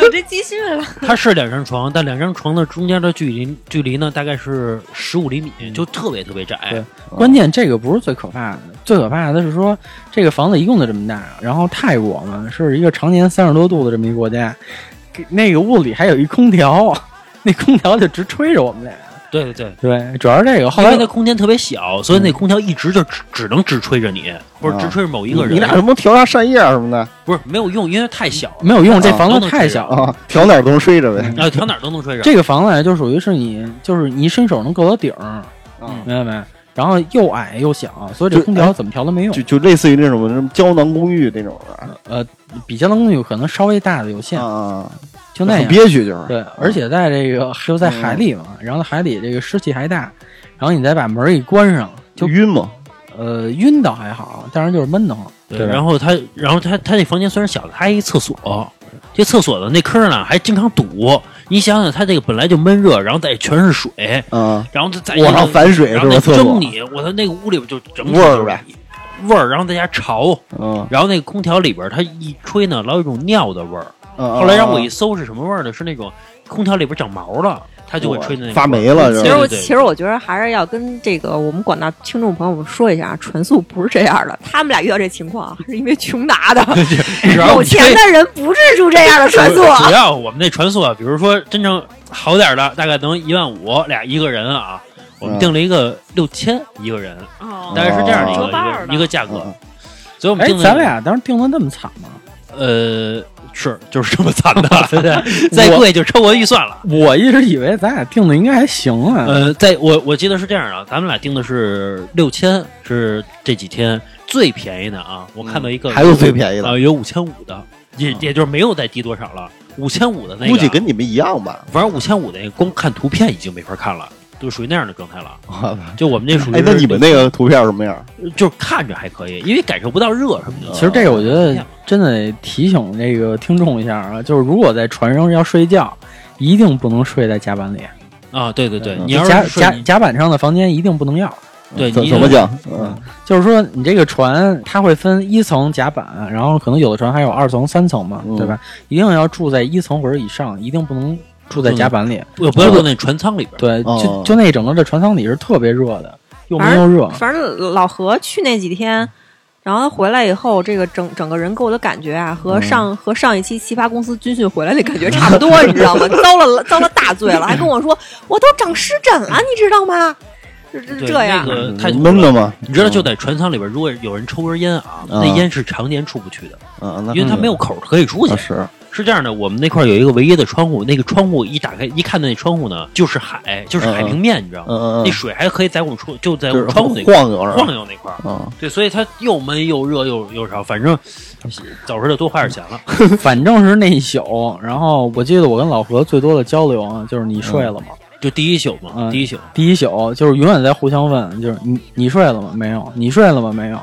S4: 有这积蓄了，
S5: 它是两张床，但两张床的中间的距离距离呢，大概是十五厘米，就特别特别
S2: 对
S5: 窄。
S2: 关键这个不是最可怕的，最可怕的是说这个房子一共就这么大，然后泰国嘛是一个常年三十多度的这么一个国家，给那个屋里还有一空调， <laughs> 那空调就直吹着我们俩。
S5: 对嗯对对。
S2: 对，主要是这个。后
S5: 因
S2: 来
S5: 为那空间特别小，所以那空调一直就只只能直吹着你，或者直吹着某一个人。
S6: 你俩什么调啥扇叶啊什么的
S5: 不是没有用，因为太小了。
S2: 没有用，这
S6: 啊
S2: 房
S5: 嗯都
S2: 子
S5: 能
S2: 太
S5: 吹着
S2: 小了。
S6: 啊？调哪儿都能睡着呗。
S5: 啊，调哪儿都能吹着。
S2: 这个房子啊就属于是你，就是你一伸手能够到顶儿，
S6: 嗯
S2: 明白没？然后又矮又小，所以这
S6: 就
S2: 空调怎么调都没用
S6: 就。就类似于那种什么胶囊公寓那种的，
S2: 呃，比胶囊公寓可能稍微大的有限，
S6: 啊，
S2: 就那
S6: 很
S2: 样。
S6: 憋屈就是。
S2: 对，而且在这个就在海里嘛，然后海里这个湿气还大，然后你再把门一关上，就
S6: 就晕嘛，
S2: 呃晕倒还好，但是就是闷得慌。
S5: 对，
S2: 吧
S5: 然后他，然后他，他那房间虽然小，他还一厕所，这厕所的那坑儿呢还经常堵。你想想，他这个本来就闷热，然后再全是水，
S6: 啊，
S5: 然后再再
S7: 哎
S6: 我
S5: 一个
S6: 上反水
S5: 然
S6: 是
S5: 后
S6: 吧？
S5: 那
S6: 厕所
S5: 蒸，你，我操，那个屋里边就整体
S6: 味儿啊
S5: 就是
S6: 呗
S5: 味儿，然后再加潮，
S6: 嗯，
S5: 然后那个空调里边儿它一吹呢，老有一种尿的味儿。
S6: 后啊
S5: 后来让我一搜是什么味儿呢？是那种
S7: 空调里边长毛了，它就会吹的那个
S6: 发霉了
S7: 味儿
S6: 是
S4: 其实
S6: 吧？
S4: 我
S7: 对对
S4: 其实我觉得还是要跟这个我们广大听众朋友们说一下，纯素不是这样的。他们俩遇到这情况啊是因为穷达
S7: <laughs>
S4: 的，
S7: 主要我
S4: 有
S7: 们
S4: 钱
S7: 吹
S4: 的人不至于这样的传
S7: 主
S4: 送啊。
S7: 主要我们那传送啊，比如说真正好点儿的，大概能一万五俩一个人啊，我
S6: 嗯
S7: 们定了一个六千一个人，
S3: 哦
S7: 大概是这样的一
S3: 折半儿
S7: 个
S3: 的
S7: 一个价格
S6: 嗯。
S7: 所以我们
S2: 哎
S7: 定，的
S2: 咱俩当时定的那么惨吗？
S7: 呃是就是这么惨
S6: <laughs>
S7: 的， <laughs> 再贵就超过预算了。
S2: 我一直以为咱俩定的应该还行啊。
S6: 嗯
S7: 呃，在我我记得是这样的，啊咱们俩定的是六千，是这几天最便宜的啊。我看到一个
S6: 嗯还有最便宜的嗯
S7: 啊，有五千五的，也也就是没有再低多少了，五千五的那个，
S6: 估计跟你们一样吧。
S7: 反正五千五的那个光看图片已经没法看了，就属于那样的状态了。就我们那属于，呃
S6: 哎，那你们那个图片什么样？
S7: 就是看着还可以，因为感受不到热什么的。
S2: 其实这个我觉得真的提醒这个听众一下啊，就是如果在船上要睡觉，一定不能睡在甲板里。
S7: 啊，对对对，
S6: 嗯
S7: 你要
S2: 甲
S7: 是睡
S2: 甲甲板上的房间一定不能要。
S7: 对
S6: 怎
S7: 你
S6: 怎么讲？嗯，
S2: 就是说，你这个船它会分一层甲板，然后可能有的船还有二层、三层嘛，
S6: 嗯
S2: 对吧？一定要住在一层或者以上，一定不能住在甲板里。
S7: 不不要坐那船舱里边儿。
S2: 对，
S6: 哦
S2: 就就那整个的船舱里是特别热的，又
S4: 反
S2: 闷又
S4: 正
S2: 热。
S4: 反正老何去那几天，然后他回来以后，这个整整个人给我的感觉啊，
S7: 嗯
S4: 和上、和上一期奇葩公司军训回来的感觉差不多，你知道吗？遭了遭了大罪了，还跟我说我都长湿疹了，你知道吗？是是
S7: 对
S4: 这样。
S7: 那个太
S6: 闷的吗？
S7: 你知道，就在船舱里边，如果有人抽根烟啊，
S6: 嗯
S7: 那烟是常年出不去的，
S6: 嗯，那
S7: 因为它没有口儿可以出去
S6: 啊。是
S7: 是这样的，我们那块儿有一个唯一的窗户，那个窗户一打开，一看到那窗户呢，就是海，就是海平面，你知道
S6: 嗯
S7: 吗？
S6: 嗯
S7: 那
S6: 嗯，
S7: 水还可以在我们窗，就在我
S6: 就是
S7: 们窗户那块儿
S6: 晃悠是吧？
S7: 晃悠那块儿。
S6: 啊，
S7: 对，所以它又闷又热又又啥，反正早知道多花点钱了。
S2: <laughs> 反正是那一宿，然后我记得我跟老何最多的交流啊，就是你睡了吗？
S7: 就第一宿嘛，
S2: 嗯
S7: 第一宿
S2: 第一宿就是永远在互相问，就是你你睡了吗？没有，你睡了吗？没有。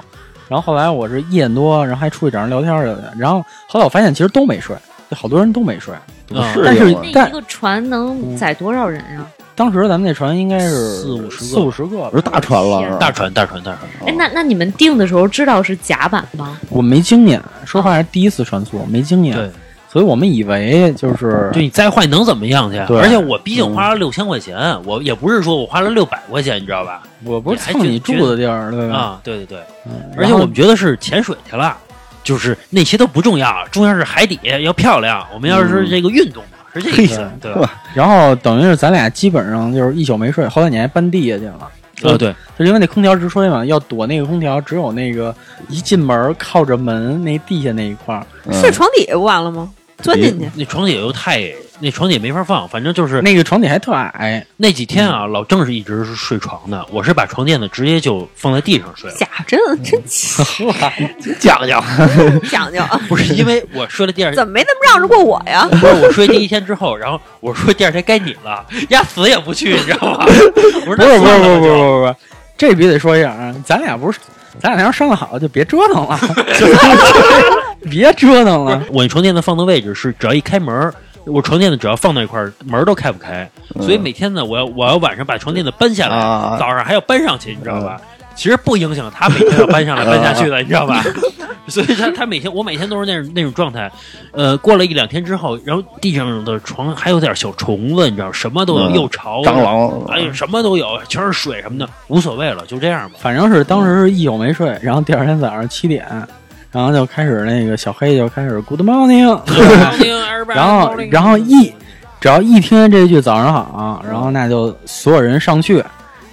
S2: 然后后来我是一点多，然后还出去找人聊天去了。然后后来我发现其实都没睡，就好多人都没睡。
S6: 不
S7: 啊
S6: 是
S2: 但是
S6: 有啊
S3: 那
S2: 但
S3: 一个船能载多少人啊？
S2: 当时咱们那船应该是
S7: 四五十个
S2: 四五十个吧
S6: 我，是大船了，是吧
S7: 大船大船大船，
S3: 哎，那那你们订的时候知道是甲板吗？
S2: 我没经验，说话还是第一次船速，没经验，
S7: 对，
S2: 所以我们以为就是
S7: 就你再坏能怎么样去？啊
S2: 对
S7: 而且我毕竟花
S6: 嗯
S7: 了六千块钱，我也不是说我花了六百块钱，你知道吧？
S2: 我不是
S7: 还
S2: 蹭
S7: 觉
S2: 你
S7: 觉
S2: 住
S7: 得
S2: 的地儿，对吧？
S7: 啊，对对对，
S2: 嗯
S7: 而且我们觉得是潜水去了，就是那些都不重要，重要是海底要漂亮。我们要
S2: 嗯
S7: 是这个运动嘛，是这个意思，对吧？
S2: 然后等于是咱俩基本上就是一宿没睡，后来你还搬地下去了。对
S7: 啊，对，
S2: 就是因为那空调直吹嘛，要躲那个空调，只有那个一进门靠着门那地下那一块儿，
S6: 嗯
S4: 睡床底下不完了吗？钻进去，
S7: 那床底又太，那床底没法放，反正就是
S2: 那个床底还特
S7: <laughs>
S2: 矮，
S7: 那几天啊，老郑是一直是睡床的，我是把床垫子直接就放在地上睡了。
S4: 假真真
S7: <laughs>
S4: 奇
S7: 讲究，
S4: 讲究，啊
S7: 不是因为我睡了第二天
S4: 怎么没那么让着过我呀？
S7: 不是我睡第一天之后，然后我说第二天该你了，丫死也不去，你知道吗？ <laughs> 我说
S2: 不是
S7: 那
S2: 不是
S7: 算
S2: 不
S7: 了
S2: 是不是不
S7: 吧
S2: 是，这必须得说一下啊，咱俩不是，咱俩要商量好就别折腾
S7: <laughs>
S2: 了， <laughs> 别折腾
S7: 就
S2: 了。
S7: <laughs> 我那床垫子放的位置是，只要一开门儿，我床垫子只要放到一块儿，门儿都开不开。所以每天呢，我要我要晚上把床垫子搬下来，
S6: 啊
S7: 早上还要搬上去，你知道吧？其实不影响他每天要搬上来搬下去的，你知道吧？ <laughs> 所以他他每天我每天都是那种那种状态，呃，过了一两天之后，然后地上的床还有点小虫子，你知道什么都有，
S6: 嗯
S7: 又潮
S6: 蟑螂，
S7: 哎呦，什么都有，全是水什么的，无所谓了，就这
S2: <laughs>
S7: 样吧。
S2: 反正是当时是一宿没睡，然后第二天早上七点，然后就开始那个小黑就开始 Good morning，然
S7: <laughs>
S2: 后然后一只要一听见这句早上好，然后那就所有人上去，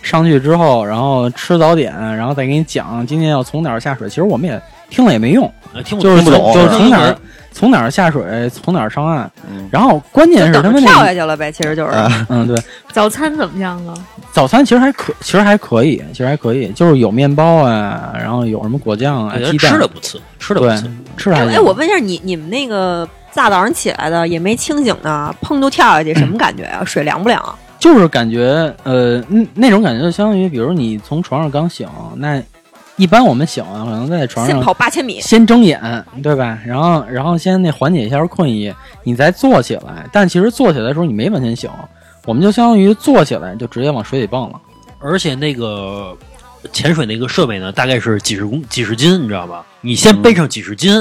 S2: 上去之后，然后吃早点，然后再给你讲今天要从哪儿下水。其实我们也听了也没用，
S7: 呃听我
S2: 就是
S6: 听不
S2: 从
S6: 懂
S2: 就是
S7: 是吧
S2: 从哪儿从哪儿下水，从哪儿上岸。
S6: 嗯
S2: 然后关键是
S4: 等
S2: 他
S4: 着
S2: 们
S4: 跳
S2: 那
S4: 下去了呗，其实就是。
S6: 啊
S2: 嗯对，
S3: 早餐怎么样啊？
S2: 早餐其实还可其实还可以，其实还可以，就是有面包啊，然后有什么果酱啊，
S7: 对
S2: 鸡蛋
S7: 呃吃的不次，吃的不
S2: 对
S7: 次。
S2: 吃的还
S4: 哎，
S2: 行
S4: 我问一下你，你们那个大早上起来的也没清醒呢，砰就跳下去，
S2: 嗯
S4: 什么感觉啊？水凉不凉啊？
S2: 就是感觉呃那那种感觉就相当于，比如你从床上刚醒，那一般我们醒啊，可能在床
S4: 先
S2: 上
S4: 跑八千米，
S2: 先睁眼，对吧？然后然后先那缓解一下困意，你再坐起来。但其实坐起来的时候你没完全醒，我们就相当于坐起来就直接往水里蹦了。
S7: 而且那个潜水那个设备呢，大概是几十公几十斤，你知道吧？你先背上几十斤，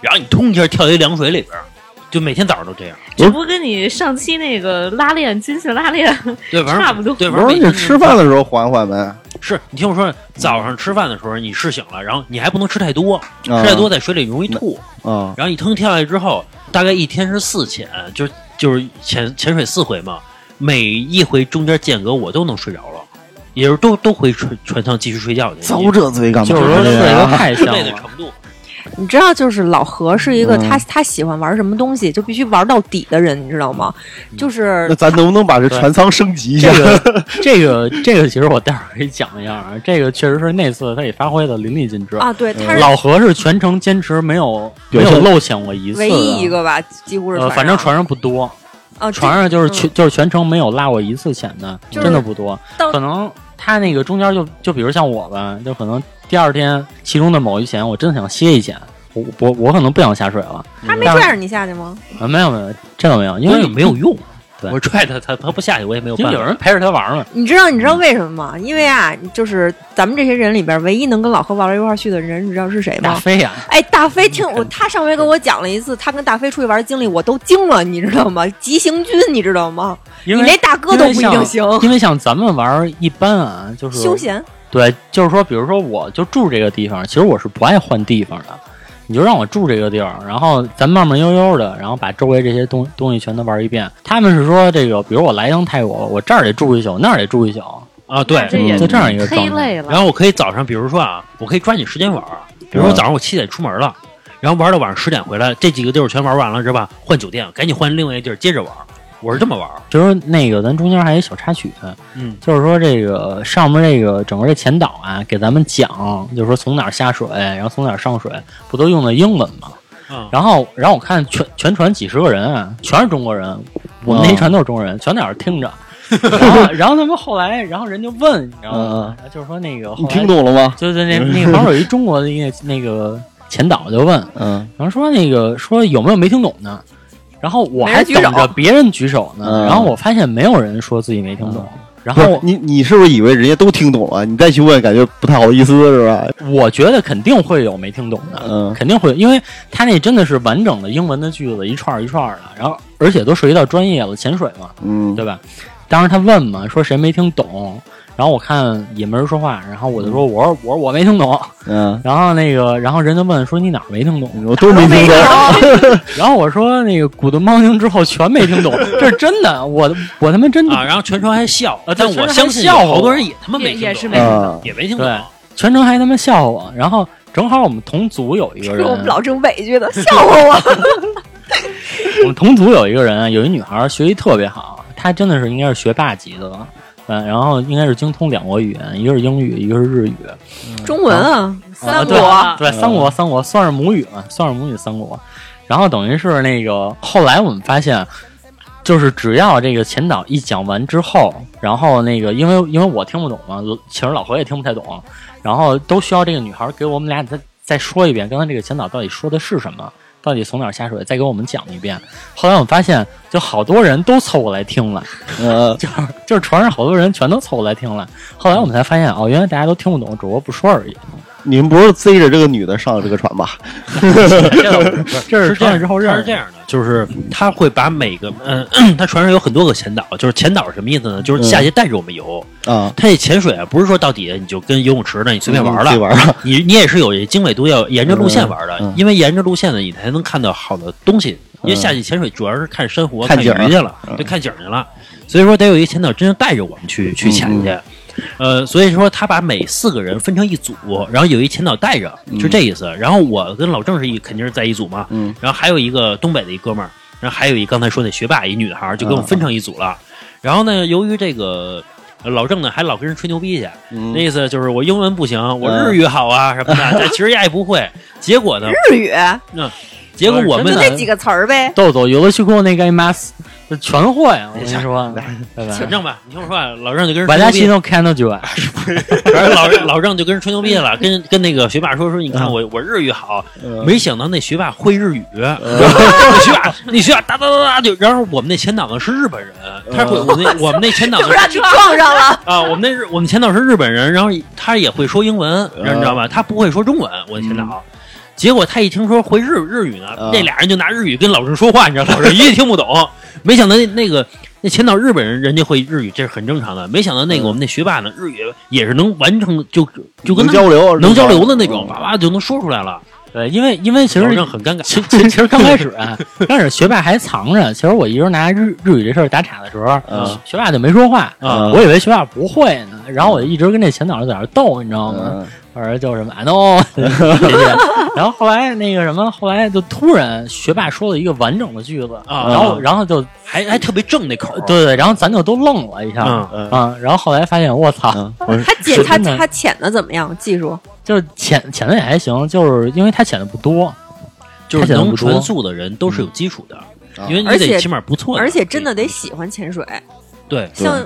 S7: 然后你通一下跳一凉水里边儿，就每天早上都这样，
S3: 这不跟你上期那个拉练军训拉练
S7: 对，反正
S3: 差不多
S7: 对，反
S6: 不
S7: 正
S6: 是
S7: 每
S6: 你
S7: 天
S6: 吃饭的时候缓缓呗，
S7: 是你听我说，早上吃饭的时候你是醒了，然后你还不能吃太多，吃
S6: 啊
S7: 太多在水里容易吐，
S6: 啊，
S7: 然后你腾跳下去之后，大概一天是四潜，就是就是潜潜水四回嘛，每一回中间间隔我都能睡着了，也就是都都回船船上继续睡觉去，
S6: 遭这啊罪干嘛？
S2: 就是说睡得太
S7: 之
S2: 香
S7: 类的
S2: 了。
S7: 程度。
S4: 你知道，就是老何是一个
S6: 嗯
S4: 他他喜欢玩什么东西就必须玩到底的人，你知道吗？
S2: 嗯
S4: 就是
S6: 那咱能不能把这船舱升级一下
S2: 这？个这个这个，其实我待会儿给你讲一下啊。这个确实是那次他也发挥的淋漓尽致。
S4: 啊，对，他是
S2: 老何是全程坚持没有
S6: 表
S2: 没
S6: 现
S2: 有漏潜过一次的，
S4: 唯一一个吧，几乎是
S2: 呃，
S4: 船上、
S2: 反正船上不多，
S4: 啊，
S2: 船上就是
S4: 嗯
S2: 全、就是全程没有拉过一次钱的，
S4: 就是
S2: 真的不多。
S4: 到
S2: 可能他那个中间就就比如像我吧，就可能第二天其中的某一钱，我真的想歇一下，我我我可能不想下水了。
S4: 他没
S2: 但是
S4: 拽着你下去吗？
S2: 啊，没有没有，这倒没有，因
S7: 因
S2: 为
S7: 为没有用。
S2: 对
S7: 我拽他，他他不下去，我也没有
S2: 因
S7: 办
S2: 为
S7: 法。
S2: 有人陪着他玩嘛。
S4: 你知道你知
S2: 嗯
S4: 道为什么吗？因为啊，就是咱们这些人里边，唯一能跟老何玩到一块儿去的人，你知道是谁
S2: 大
S4: 吗？
S2: 飞呀、
S4: 哎，大飞
S2: 嗯
S4: 听我，他上回跟我讲了一次他跟大飞出去玩的经历，我都惊了，你知道吗？急行军，你知道吗？
S2: 因
S4: 你那
S2: 为
S4: 大哥都不一定行，
S2: 因为像咱们玩儿一般啊，就是
S4: 休闲
S2: 对，就是说，比如说，我就住这个地方，其实我是不爱换地方的。你就让我住这个地儿，然后咱慢慢悠悠的，然后把周围这些东东西全都玩一遍。他们是说这个，比如我来一趟泰国，我这儿得住一宿，那儿得住一宿，
S7: 啊，对，
S3: 这也
S2: 嗯就这样一个
S3: 忒
S2: 状态。
S3: 累了。
S7: 然后我可以早上，比如说啊，我可以抓紧时间玩儿。比如说早上我七点出门了，然后玩到晚上十点回来，这几个地儿全玩完了是吧？换酒店，赶紧换另外一个地儿接着玩儿。我是这么玩儿，
S2: 其实那个咱中间还有一小插曲，
S7: 嗯，
S2: 就是说这个上面这个整个这前导啊，给咱们讲，就是说从哪儿下水，然后从哪儿上水，不都用的英文吗？
S7: 啊
S2: 然后，然后我看全全船几十个人啊，全是中国人，我们那一船都是中国人，全在那儿听
S6: <laughs>
S2: 着。然后，然后他们后来，然后人就问，你知道吗？就是说那个，
S6: 嗯你听，懂了吗？
S2: 就是那那个，旁边有一中国的一个那个前导就问，
S6: 嗯，
S2: 然后说那个说有没有没听懂的，然后我
S4: 没人
S2: 还
S4: 举手
S2: 等着别人举手呢，
S6: 嗯
S2: 然后我发现没有人说自己没听懂，然
S6: 不是
S2: 后
S6: 你，你是不是以为人家都听懂了？你再去问，感觉不太好意思，是吧？
S2: 我觉得肯定会有没听懂的，
S6: 嗯
S2: 肯定会有，因为他那真的是完整的英文的句子，一串儿一串儿的，然后而且都涉及到专业了，潜水嘛，
S6: 嗯，
S2: 对吧？当时他问嘛，说谁没听懂，然后我看也没人说话，然后我就说我说我说我没听懂，
S6: 嗯，
S2: 然后那个然后人家问说你哪儿没听懂，
S6: 我都没听懂。
S2: 然后我说那个《古顿猫宁》之后全没听懂，这是真的，我我他妈真的、
S7: 啊，然后全程还笑，
S2: 啊对
S7: 但我
S2: 全程还
S7: 相信有
S2: 笑话
S7: 好多
S2: 我
S7: 人也他妈没
S3: 也
S7: 听懂
S3: 也是没听
S6: 啊，
S7: 也没听
S2: 对
S7: 懂。
S2: 全程还他妈笑我，然后正好我们同组有一个
S4: 给
S2: 人，
S4: 我们老郑委屈
S2: <laughs>
S4: 的，笑话我。
S2: 我们同组有一个人，有一女孩儿学习特别好，她真的是应该是学霸级的了，嗯，然后应该是精通两国语言，一个是英语，一个是日语，嗯
S4: <laughs> 中文啊，三
S2: 对
S4: 国，
S2: 对，三国三国算是母语嘛，算是母语三国。然后等于是那个后来我们发现，就是只要这个前导一讲完之后，然后那个因为因为我听不懂嘛，其实老何也听不太懂，然后都需要这个女孩给我们俩再再说一遍刚才这个前导到底说的是什么。到底从哪儿下水？再给我们讲一遍。后来我们发现，就好多人都凑过来听了，
S6: 呃，
S2: 就是就是船上好多人全都凑过来听了。后来我们才发现，哦，原来大家都听不懂，只不过不说而已。
S6: 你们不是追着这个女的上这个船吧？
S7: <laughs>
S2: 这是
S7: 是这
S2: 船
S7: 样
S2: 上之后认识
S7: 他是
S2: 的
S7: 这样的，就是他会把每个嗯， <clears throat> 他船上有很多个前导，就是前导是什么意思呢？就是下去带着我们游。
S6: 啊，
S7: 他这潜水啊，不是说到底下你就跟游泳池那你随便玩了
S6: 自己，嗯玩了。
S7: 你你也是有经纬度要沿着路线玩的，
S6: 嗯嗯
S7: 因为沿着路线呢，你才能看到好的东西。因为
S6: 嗯
S7: 下去潜水主要是看珊瑚、啊
S6: 看
S7: 看
S6: 景儿嗯
S7: 鱼去了，对，看景儿去了。所以说得有一个前导真正带着我们去去
S6: 嗯
S7: 潜去。呃，所以说他把每四个人分成一组，然后有一前导带着，是这意思。然后我跟老郑是一肯定是在一组嘛，
S6: 嗯
S7: 然后还有一个东北的一哥们儿，然后还有一刚才说那学霸一女孩儿，就
S6: 嗯
S7: 跟我们分成一组了。然后呢，由于这个呃老郑呢还老跟人吹牛逼去，
S6: 嗯
S7: 那意思就是我英文不行，我
S6: 嗯
S7: 日语好啊什么的，但其实也不会。结果呢，
S4: 日语
S2: 啊
S7: 结果我
S4: 就
S7: 们呢
S4: 那几个词儿
S2: <laughs>
S4: 呗。
S2: 豆豆游了去过那个 mas，这全会，啊我
S6: 哎
S2: 跟你说，拜
S7: 反
S2: 拜。
S7: 正吧，你听我说，啊，老郑就跟人
S2: 把
S7: 吹
S2: 家
S7: 牛
S2: 西
S7: 逼，
S2: 都看到九万，
S7: 反正老老郑就跟人吹牛逼了，跟跟那个学霸说说，你
S6: 嗯
S7: 看我我日语好，没想到那学霸会日语，那学霸那学霸哒哒哒哒就，然后我们那前导呢是日本人，他
S6: 嗯
S7: 会我们那我们那前导呢
S4: 就让你撞上了，
S7: 啊，我们那日我们前导是日本人，然后他也会说英文，你知道吧？他不会说中文，我的前导。结果他一听说会日日语呢，
S6: 啊
S7: 那俩人就拿日语跟老郑说话，你知道，老郑一句听不懂。没想到那那个那前岛日本人人家会日语，这是很正常的。没想到那个我们那学霸呢，日语也是能完成，就就跟
S6: 能
S7: 他们
S6: 交流，
S7: 能交流的啊那种，叭叭就能说出来了。
S2: 对，因为因为其
S7: 老
S2: 实
S7: 郑很尴尬，
S2: 其其其实刚开始啊，刚开始学霸还藏
S6: <laughs>
S2: 着。其实我一直拿日日语这事儿打岔的时候，
S6: 嗯
S2: 学霸就没说话，
S6: 嗯
S2: 我以为学霸不会呢。然后我就一直跟这前导在那儿斗，你知道吗？
S6: 嗯，
S2: 反正就什么 I
S6: <laughs>
S2: know，谢谢。然后后来那个什么，后来就突然学霸说了一个完整的句子，
S7: 啊
S2: 然后然后就
S7: 还还特别正那口儿。
S2: 呃对对，然后咱就都愣了一下。
S7: 嗯
S6: 嗯
S2: 啊，然后后来发现，我操，
S6: 嗯，我
S4: 他
S2: 是
S4: 潜他
S2: 真的
S4: 他潜的怎么样？技术
S2: 就是潜潜的也还行，就是因为他潜的不多，
S7: 就是能
S2: 传
S7: 传速的人都是有基础的，
S6: 嗯
S7: 因为你
S4: 而
S7: 得
S4: 且
S7: 起码不错的，
S4: 而且真的得喜欢潜水，
S7: 对。
S4: 像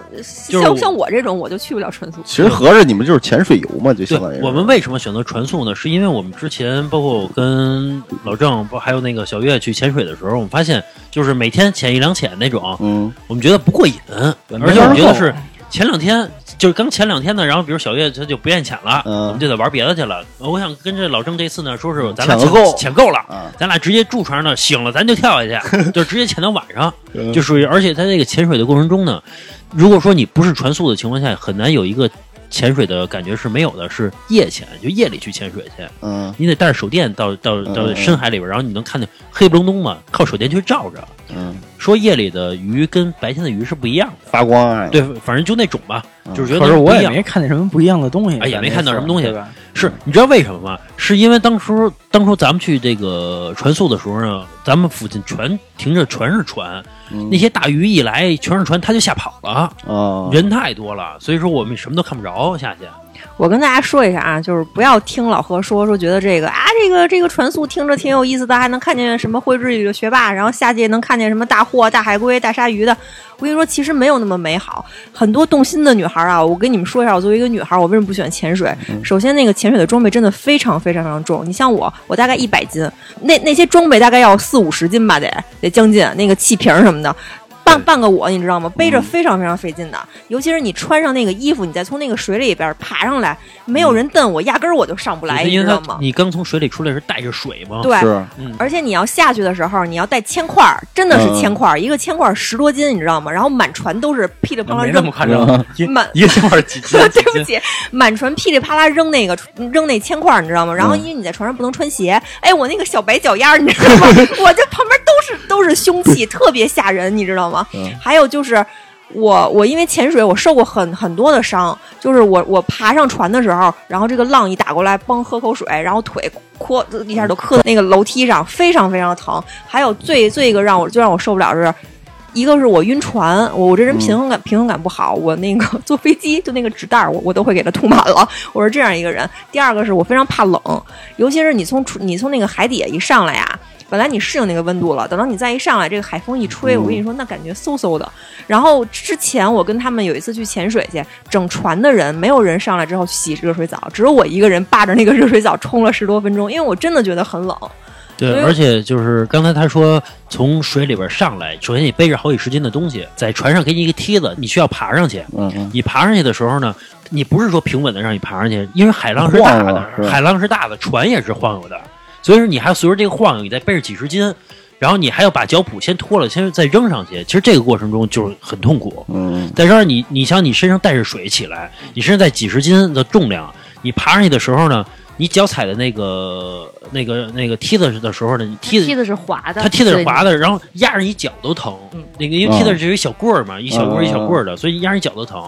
S7: 就是
S4: 像
S7: 我
S4: 像我这种我就去不了纯
S6: 其实合着你们就是潜水游嘛，就
S7: 对
S6: 相当于，是
S7: 我们为什么选择传送呢？是因为我们之前包括我跟老郑，包还有那个小月去潜水的时候，我们发现就是每天潜一两潜那种，
S6: 嗯
S7: 我们觉得不过瘾，而且
S2: 法
S7: 我们觉得
S2: 够
S7: 是前两天就是刚前两天呢，然后比如小月她就不愿意潜了，
S6: 嗯
S7: 我们就得玩别的去了。呃我想跟这老郑这次呢，说是咱俩
S6: 潜个够
S7: 潜够了，
S6: 啊，
S7: 咱俩直接住船呢，醒了咱就跳下
S6: <laughs>
S7: 去，就直接潜到晚上，
S6: 嗯
S7: 就属于。而且在这个潜水的过程中呢，如果说你不是船速的情况下，很难有一个潜水的感觉是没有的，是夜潜，就夜里去潜水去，
S6: 嗯
S7: 你得带着手电到到到
S6: 嗯
S7: 深海里边，然后你能看见黑不隆咚嘛，靠手电去照着。
S6: 嗯，
S7: 说夜里的鱼跟白天的鱼是不一样的，
S6: 发光啊，
S7: 对，反正就那种吧，
S6: 嗯
S7: 就是觉
S2: 可
S7: 得
S2: 是我
S7: 不一
S2: 也
S7: 样。
S2: 没看见什么不一样的东西，
S7: 哎也
S2: 咱
S7: 没
S2: 那
S7: 看到
S2: 次
S7: 什么东西
S2: 对吧？
S7: 是你知道为什么吗？是因为当初当初咱们去这个船宿的时候呢，咱们附近全停着全是船，
S6: 嗯
S7: 那些大鱼一来全是船，它就吓跑了，
S6: 啊，
S7: 人太多了，所以说我们什么都看不着下去。
S4: 我跟大家说一下啊，就是不要听老何说说，觉得这个啊，这个这个船速听着挺有意思的，还能看见什么会日语的学霸，然后下界能看见什么大货、大海龟、大鲨鱼的。我跟你说，其实没有那么美好。很多动心的女孩啊，我跟你们说一下，我作为一个女孩，我为什么不喜欢潜水？
S7: 嗯
S4: 首先，那个潜水的装备真的非常非常非常重。你像我，我大概一百斤，那那些装备大概要四五十斤吧，得得将近那个气瓶什么的。半半个我，你知道吗？背着非常非常费劲的，
S7: 嗯
S4: 尤其是你穿上那个衣服，你再从那个水里边爬上来，没有人蹬我，压根儿我就上不来，
S7: 就是
S4: 你
S7: 因
S4: 知
S7: 为
S4: 道
S7: 它
S4: 吗？
S7: 嗯你刚从水里出来是带着水嘛，
S4: 对，
S6: 是
S4: 而且你要下去的时候，你要带铅块儿，真的
S2: 嗯
S4: 是铅块儿，一个铅块儿十多斤，你知道吗？然后满船都是噼里啪啦
S2: 没
S4: 扔
S2: 那么夸张，一
S4: 满
S2: 一个小时几
S6: 嗯
S2: 斤？
S4: 对不起，满船噼里啪啦扔那个扔那铅块儿，你知道吗？然后
S6: 嗯
S4: 因为你在船上不能穿鞋，哎，我那个小白脚丫儿，你知道吗？ <laughs> 我这旁边都是都是凶器，特别吓人，你知道吗？
S6: 嗯
S4: 还有就是。我我因为潜水，我受过很很多的伤，就是我我爬上船的时候，然后这个浪一打过来，嘣喝口水，然后腿磕一下就磕那个楼梯上，非常非常疼。还有最最一个让我最让我受不了的是，一个是我晕船，我我这人平衡感、平衡感不好，我那个 <laughs> 坐飞机就那个纸袋儿，我我都会给它吐满了， <laughs> 我是这样一个人。第二个是我非常怕冷，尤其是你从出你从那个海底下一上来呀，本来你适应那个温度了，等到你再一上来，这个海风一吹，我跟你说那感觉嗖嗖的。然后之前我跟他们有一次去潜水去，整船的人没有人上来之后去洗热水澡，只有我一个人霸着那个热水澡冲了十多分钟，因为我真的觉得很冷。
S7: 对，
S4: 对
S6: 啊
S7: 而且就是刚才他说从水里边上来，首先你背着好几十斤的东西，在船上给你一个梯子，你需要爬上去。
S6: 嗯嗯
S7: 你爬上去的时候呢，你不是说平稳的让你爬上去，因为海浪是大
S6: 晃悠
S7: 的，
S6: 是
S7: 海浪是大的，船也是晃悠的，所以说你还要随着这个晃悠，你再背着几十斤，然后你还要把脚蹼先脱了，先再扔上去。其实这个过程中就是很痛苦。
S6: 嗯
S7: 再加上你，你像你身上带着水起来，你身上带几十斤的重量，你爬上去的时候呢，你脚踩的那个那个那个梯子的时候呢，你梯子
S3: 梯子是滑的，
S7: 它踢的是
S3: 对
S7: 滑的，然后压着你脚都疼。那个因为踢的
S6: 嗯
S7: 是一小棍儿嘛，一小棍儿
S6: 嗯
S7: 一小棍儿的，所以压着你脚都疼。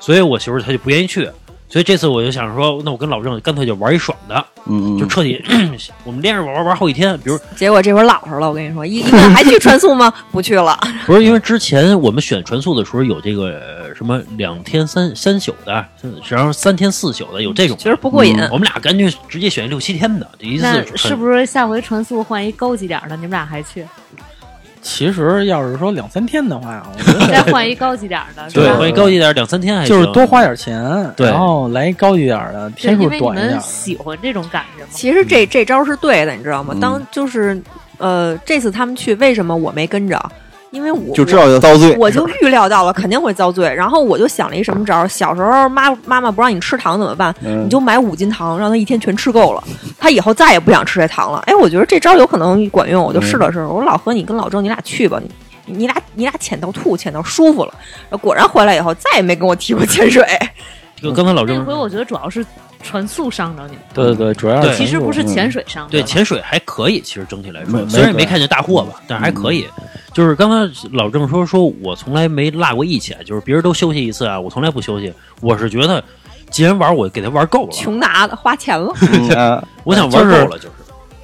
S7: 所以我媳妇儿她就不愿意去。所以这次我就想说，那我跟老郑干脆就玩一爽的，
S6: 嗯，
S7: 就彻底 <clears throat> 我们连着玩玩玩好几天。比如
S4: 结果这会儿老实了，我跟你说，一一 <laughs> 问还去传送吗？不去了。
S7: 不是因为之前我们选船宿的时候有这个呃什么两天三三宿的，然后三天四宿的，有这种。
S4: 觉得不过瘾。
S7: 我们俩干脆直接选一六七天的，这一次
S3: 那
S7: 船
S3: 是不是下回船速换一高级点儿的？你们俩
S7: <laughs>
S3: 还去？
S2: 其实要是说两三天的话，我 <laughs> 觉得
S3: 再换一高级点儿的，是
S7: 对
S3: 吧？
S7: 换一高级点儿，两三天还
S2: 就是
S7: 行
S2: 多花点钱，
S7: 对
S2: 然后来一高一点的，
S3: 对
S2: 天数
S3: 因为你
S2: 短一点
S3: 们
S2: 的。
S3: 喜欢这种感觉吗？
S4: 其实这这招是对的，你知道吗？
S6: 嗯
S4: 当就是呃，这次他们去，为什么我没跟着？因为我
S6: 就知道要遭罪。
S4: 我就预料到了肯定会遭罪，然后我就想了一什么招儿？小时候妈妈妈不让你吃糖怎么办？
S6: 嗯
S4: 你就买五斤糖，让他一天全吃够了，他以后再也不想吃这糖了。哎，我觉得这招有可能管用，我就试了试。我说老何，你跟老郑你俩去吧，你你俩你俩潜到吐，潜到舒服了。果然回来以后再也没跟我提过潜水。
S5: 就刚才老
S3: 那
S5: 郑
S3: 回我觉得主要是船速伤着你们，
S2: 对对对，主要
S7: 对
S2: 是
S3: 其实不是
S6: 嗯
S3: 潜水伤着
S7: 对
S3: 了。
S7: 潜水还可以，其实整体来
S6: 没
S7: 说，虽然
S6: 没
S7: 没看见大祸吧，但是还可以。就是刚才老郑说，说我从来没落过一潜，就是别人都休息一次啊，我从来不休息。我是觉得，既然玩，我给他玩够了，
S4: 穷拿了，花钱了。
S6: 嗯
S7: <laughs>
S6: 啊
S7: 我想玩
S2: 就
S7: 够
S2: 是
S7: 了，就是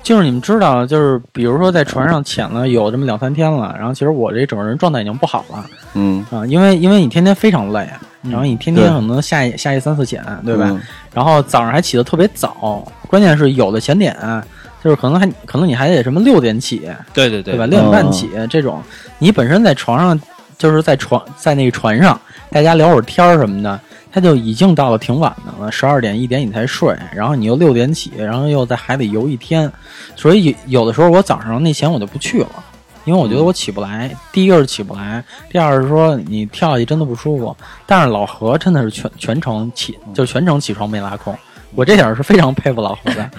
S2: 就是你们知道，就是比如说在船上潜了有这么两三天了，然后其实我这整个人状态已经不好了
S6: 嗯，
S2: 啊，因为因为你天天非常累，
S7: 嗯
S2: 然后你天天
S6: 对
S2: 可能下夜下夜三四潜，对
S6: 对
S2: 吧？？然后早上还起得特别早，关键是有的潜点就是可能还可能你还得什么六点起，
S7: 对对嗯
S2: 对吧？六点半起这种，你本身在床上就是在床在那个船上，大家聊会儿天儿什么的，他就已经到了挺晚的了，十二点一点你才睡，然后你又六点起，然后又在海里游一天，所以有有的时候我早上那前我就不去了。因为我觉得
S7: 嗯
S2: 我起不来，第一个是起不来，第二是说你跳下去真的不舒服。但是老何真的是全全程起，
S7: 嗯
S2: 就全程起床没拉空，我这点儿是非常佩服老何
S7: <laughs>
S2: 的。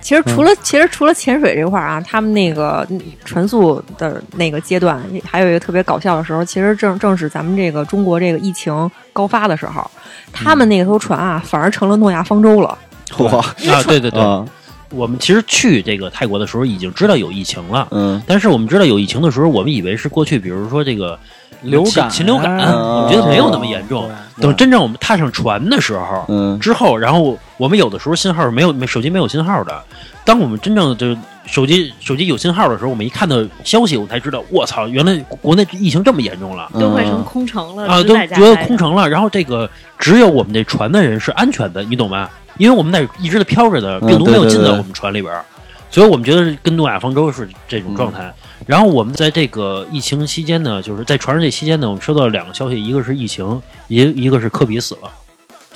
S4: 其
S7: 嗯
S4: 实除了、其实除了潜水这块儿啊，他们那个嗯船速的那个阶段，还有一个特别搞笑的时候，其实正正是咱们这个中国这个疫情高发的时候，他
S7: 嗯
S4: 们那艘船啊，反而成了诺亚方舟了。
S6: 哇
S7: 啊，对对对，
S6: 啊，
S7: 我们其实去这个泰国的时候已经知道有疫情了，
S6: 嗯
S7: 但是我们知道有疫情的时候，我们以为是过去，比如说这个
S2: 流感哦
S7: 禽禽流感，
S6: 啊
S7: 我们觉得没有那么严重。等真正我们踏上船的时候，
S6: 嗯
S7: 之后，然后我们有的时候信号是没有，没手机没有信号的。当我们真正就手机手机有信号的时候，我们一看到消息，我们才知道，我操，原来国内疫情这么严重了。
S6: 嗯
S3: 都快成空城
S4: 呃
S3: 了
S7: 啊，
S3: 只
S7: 都
S3: 在家
S7: 觉得
S3: 待着
S7: 空城了。然后这个只有我们这船的人是安全的，你懂吗？因为我们那儿一直在飘着的，
S6: 嗯
S7: 病毒没有
S6: 对对
S7: 进到
S6: 对
S7: 我们船里边儿，所以我们觉得是跟诺亚方舟是这种状态。
S6: 嗯
S7: 然后我们在这个疫情期间呢，就是在船上这期间呢，我们收到了两个消息，一个是疫情，一一个是科比死了。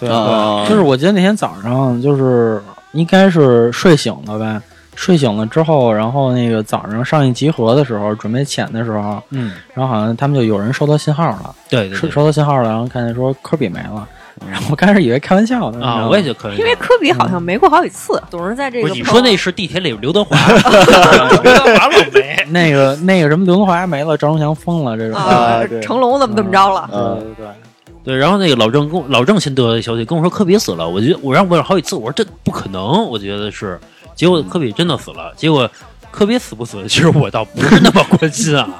S2: 对
S7: 嗯
S6: 啊
S2: 就是我记得那天早上，就是应该是睡醒了呗，睡醒了之后，然后那个早上上一集合的时候，准备潜的时候，
S7: 嗯，
S2: 然后好像他们就有人收到信号了，
S7: 对对
S2: 收
S7: 对，
S2: 收到信号了，然后看见说科比没了，然后我开始以为开玩笑呢
S7: 啊，我也觉得可以。
S4: 因为科比好像没过好几次，总是在这
S7: 嗯不
S4: 个
S7: 是你说那
S4: 碰
S7: 是地铁里刘德
S4: <laughs>
S7: 华，刘德华老没。
S2: 那个那个什么刘德华没了，赵忠祥疯了这种。呃
S4: 啊 <laughs>
S6: 啊对
S4: 成龙怎么怎么着了。
S6: 啊
S2: 对对
S7: 对，然后那个老郑跟我老郑先得到消息，跟我说科比死了，我觉得我让我有好几次，我说这不可能，我觉得是，结果科比真的死了，结果科比死不死，其实我倒不是那么关心啊。 <laughs>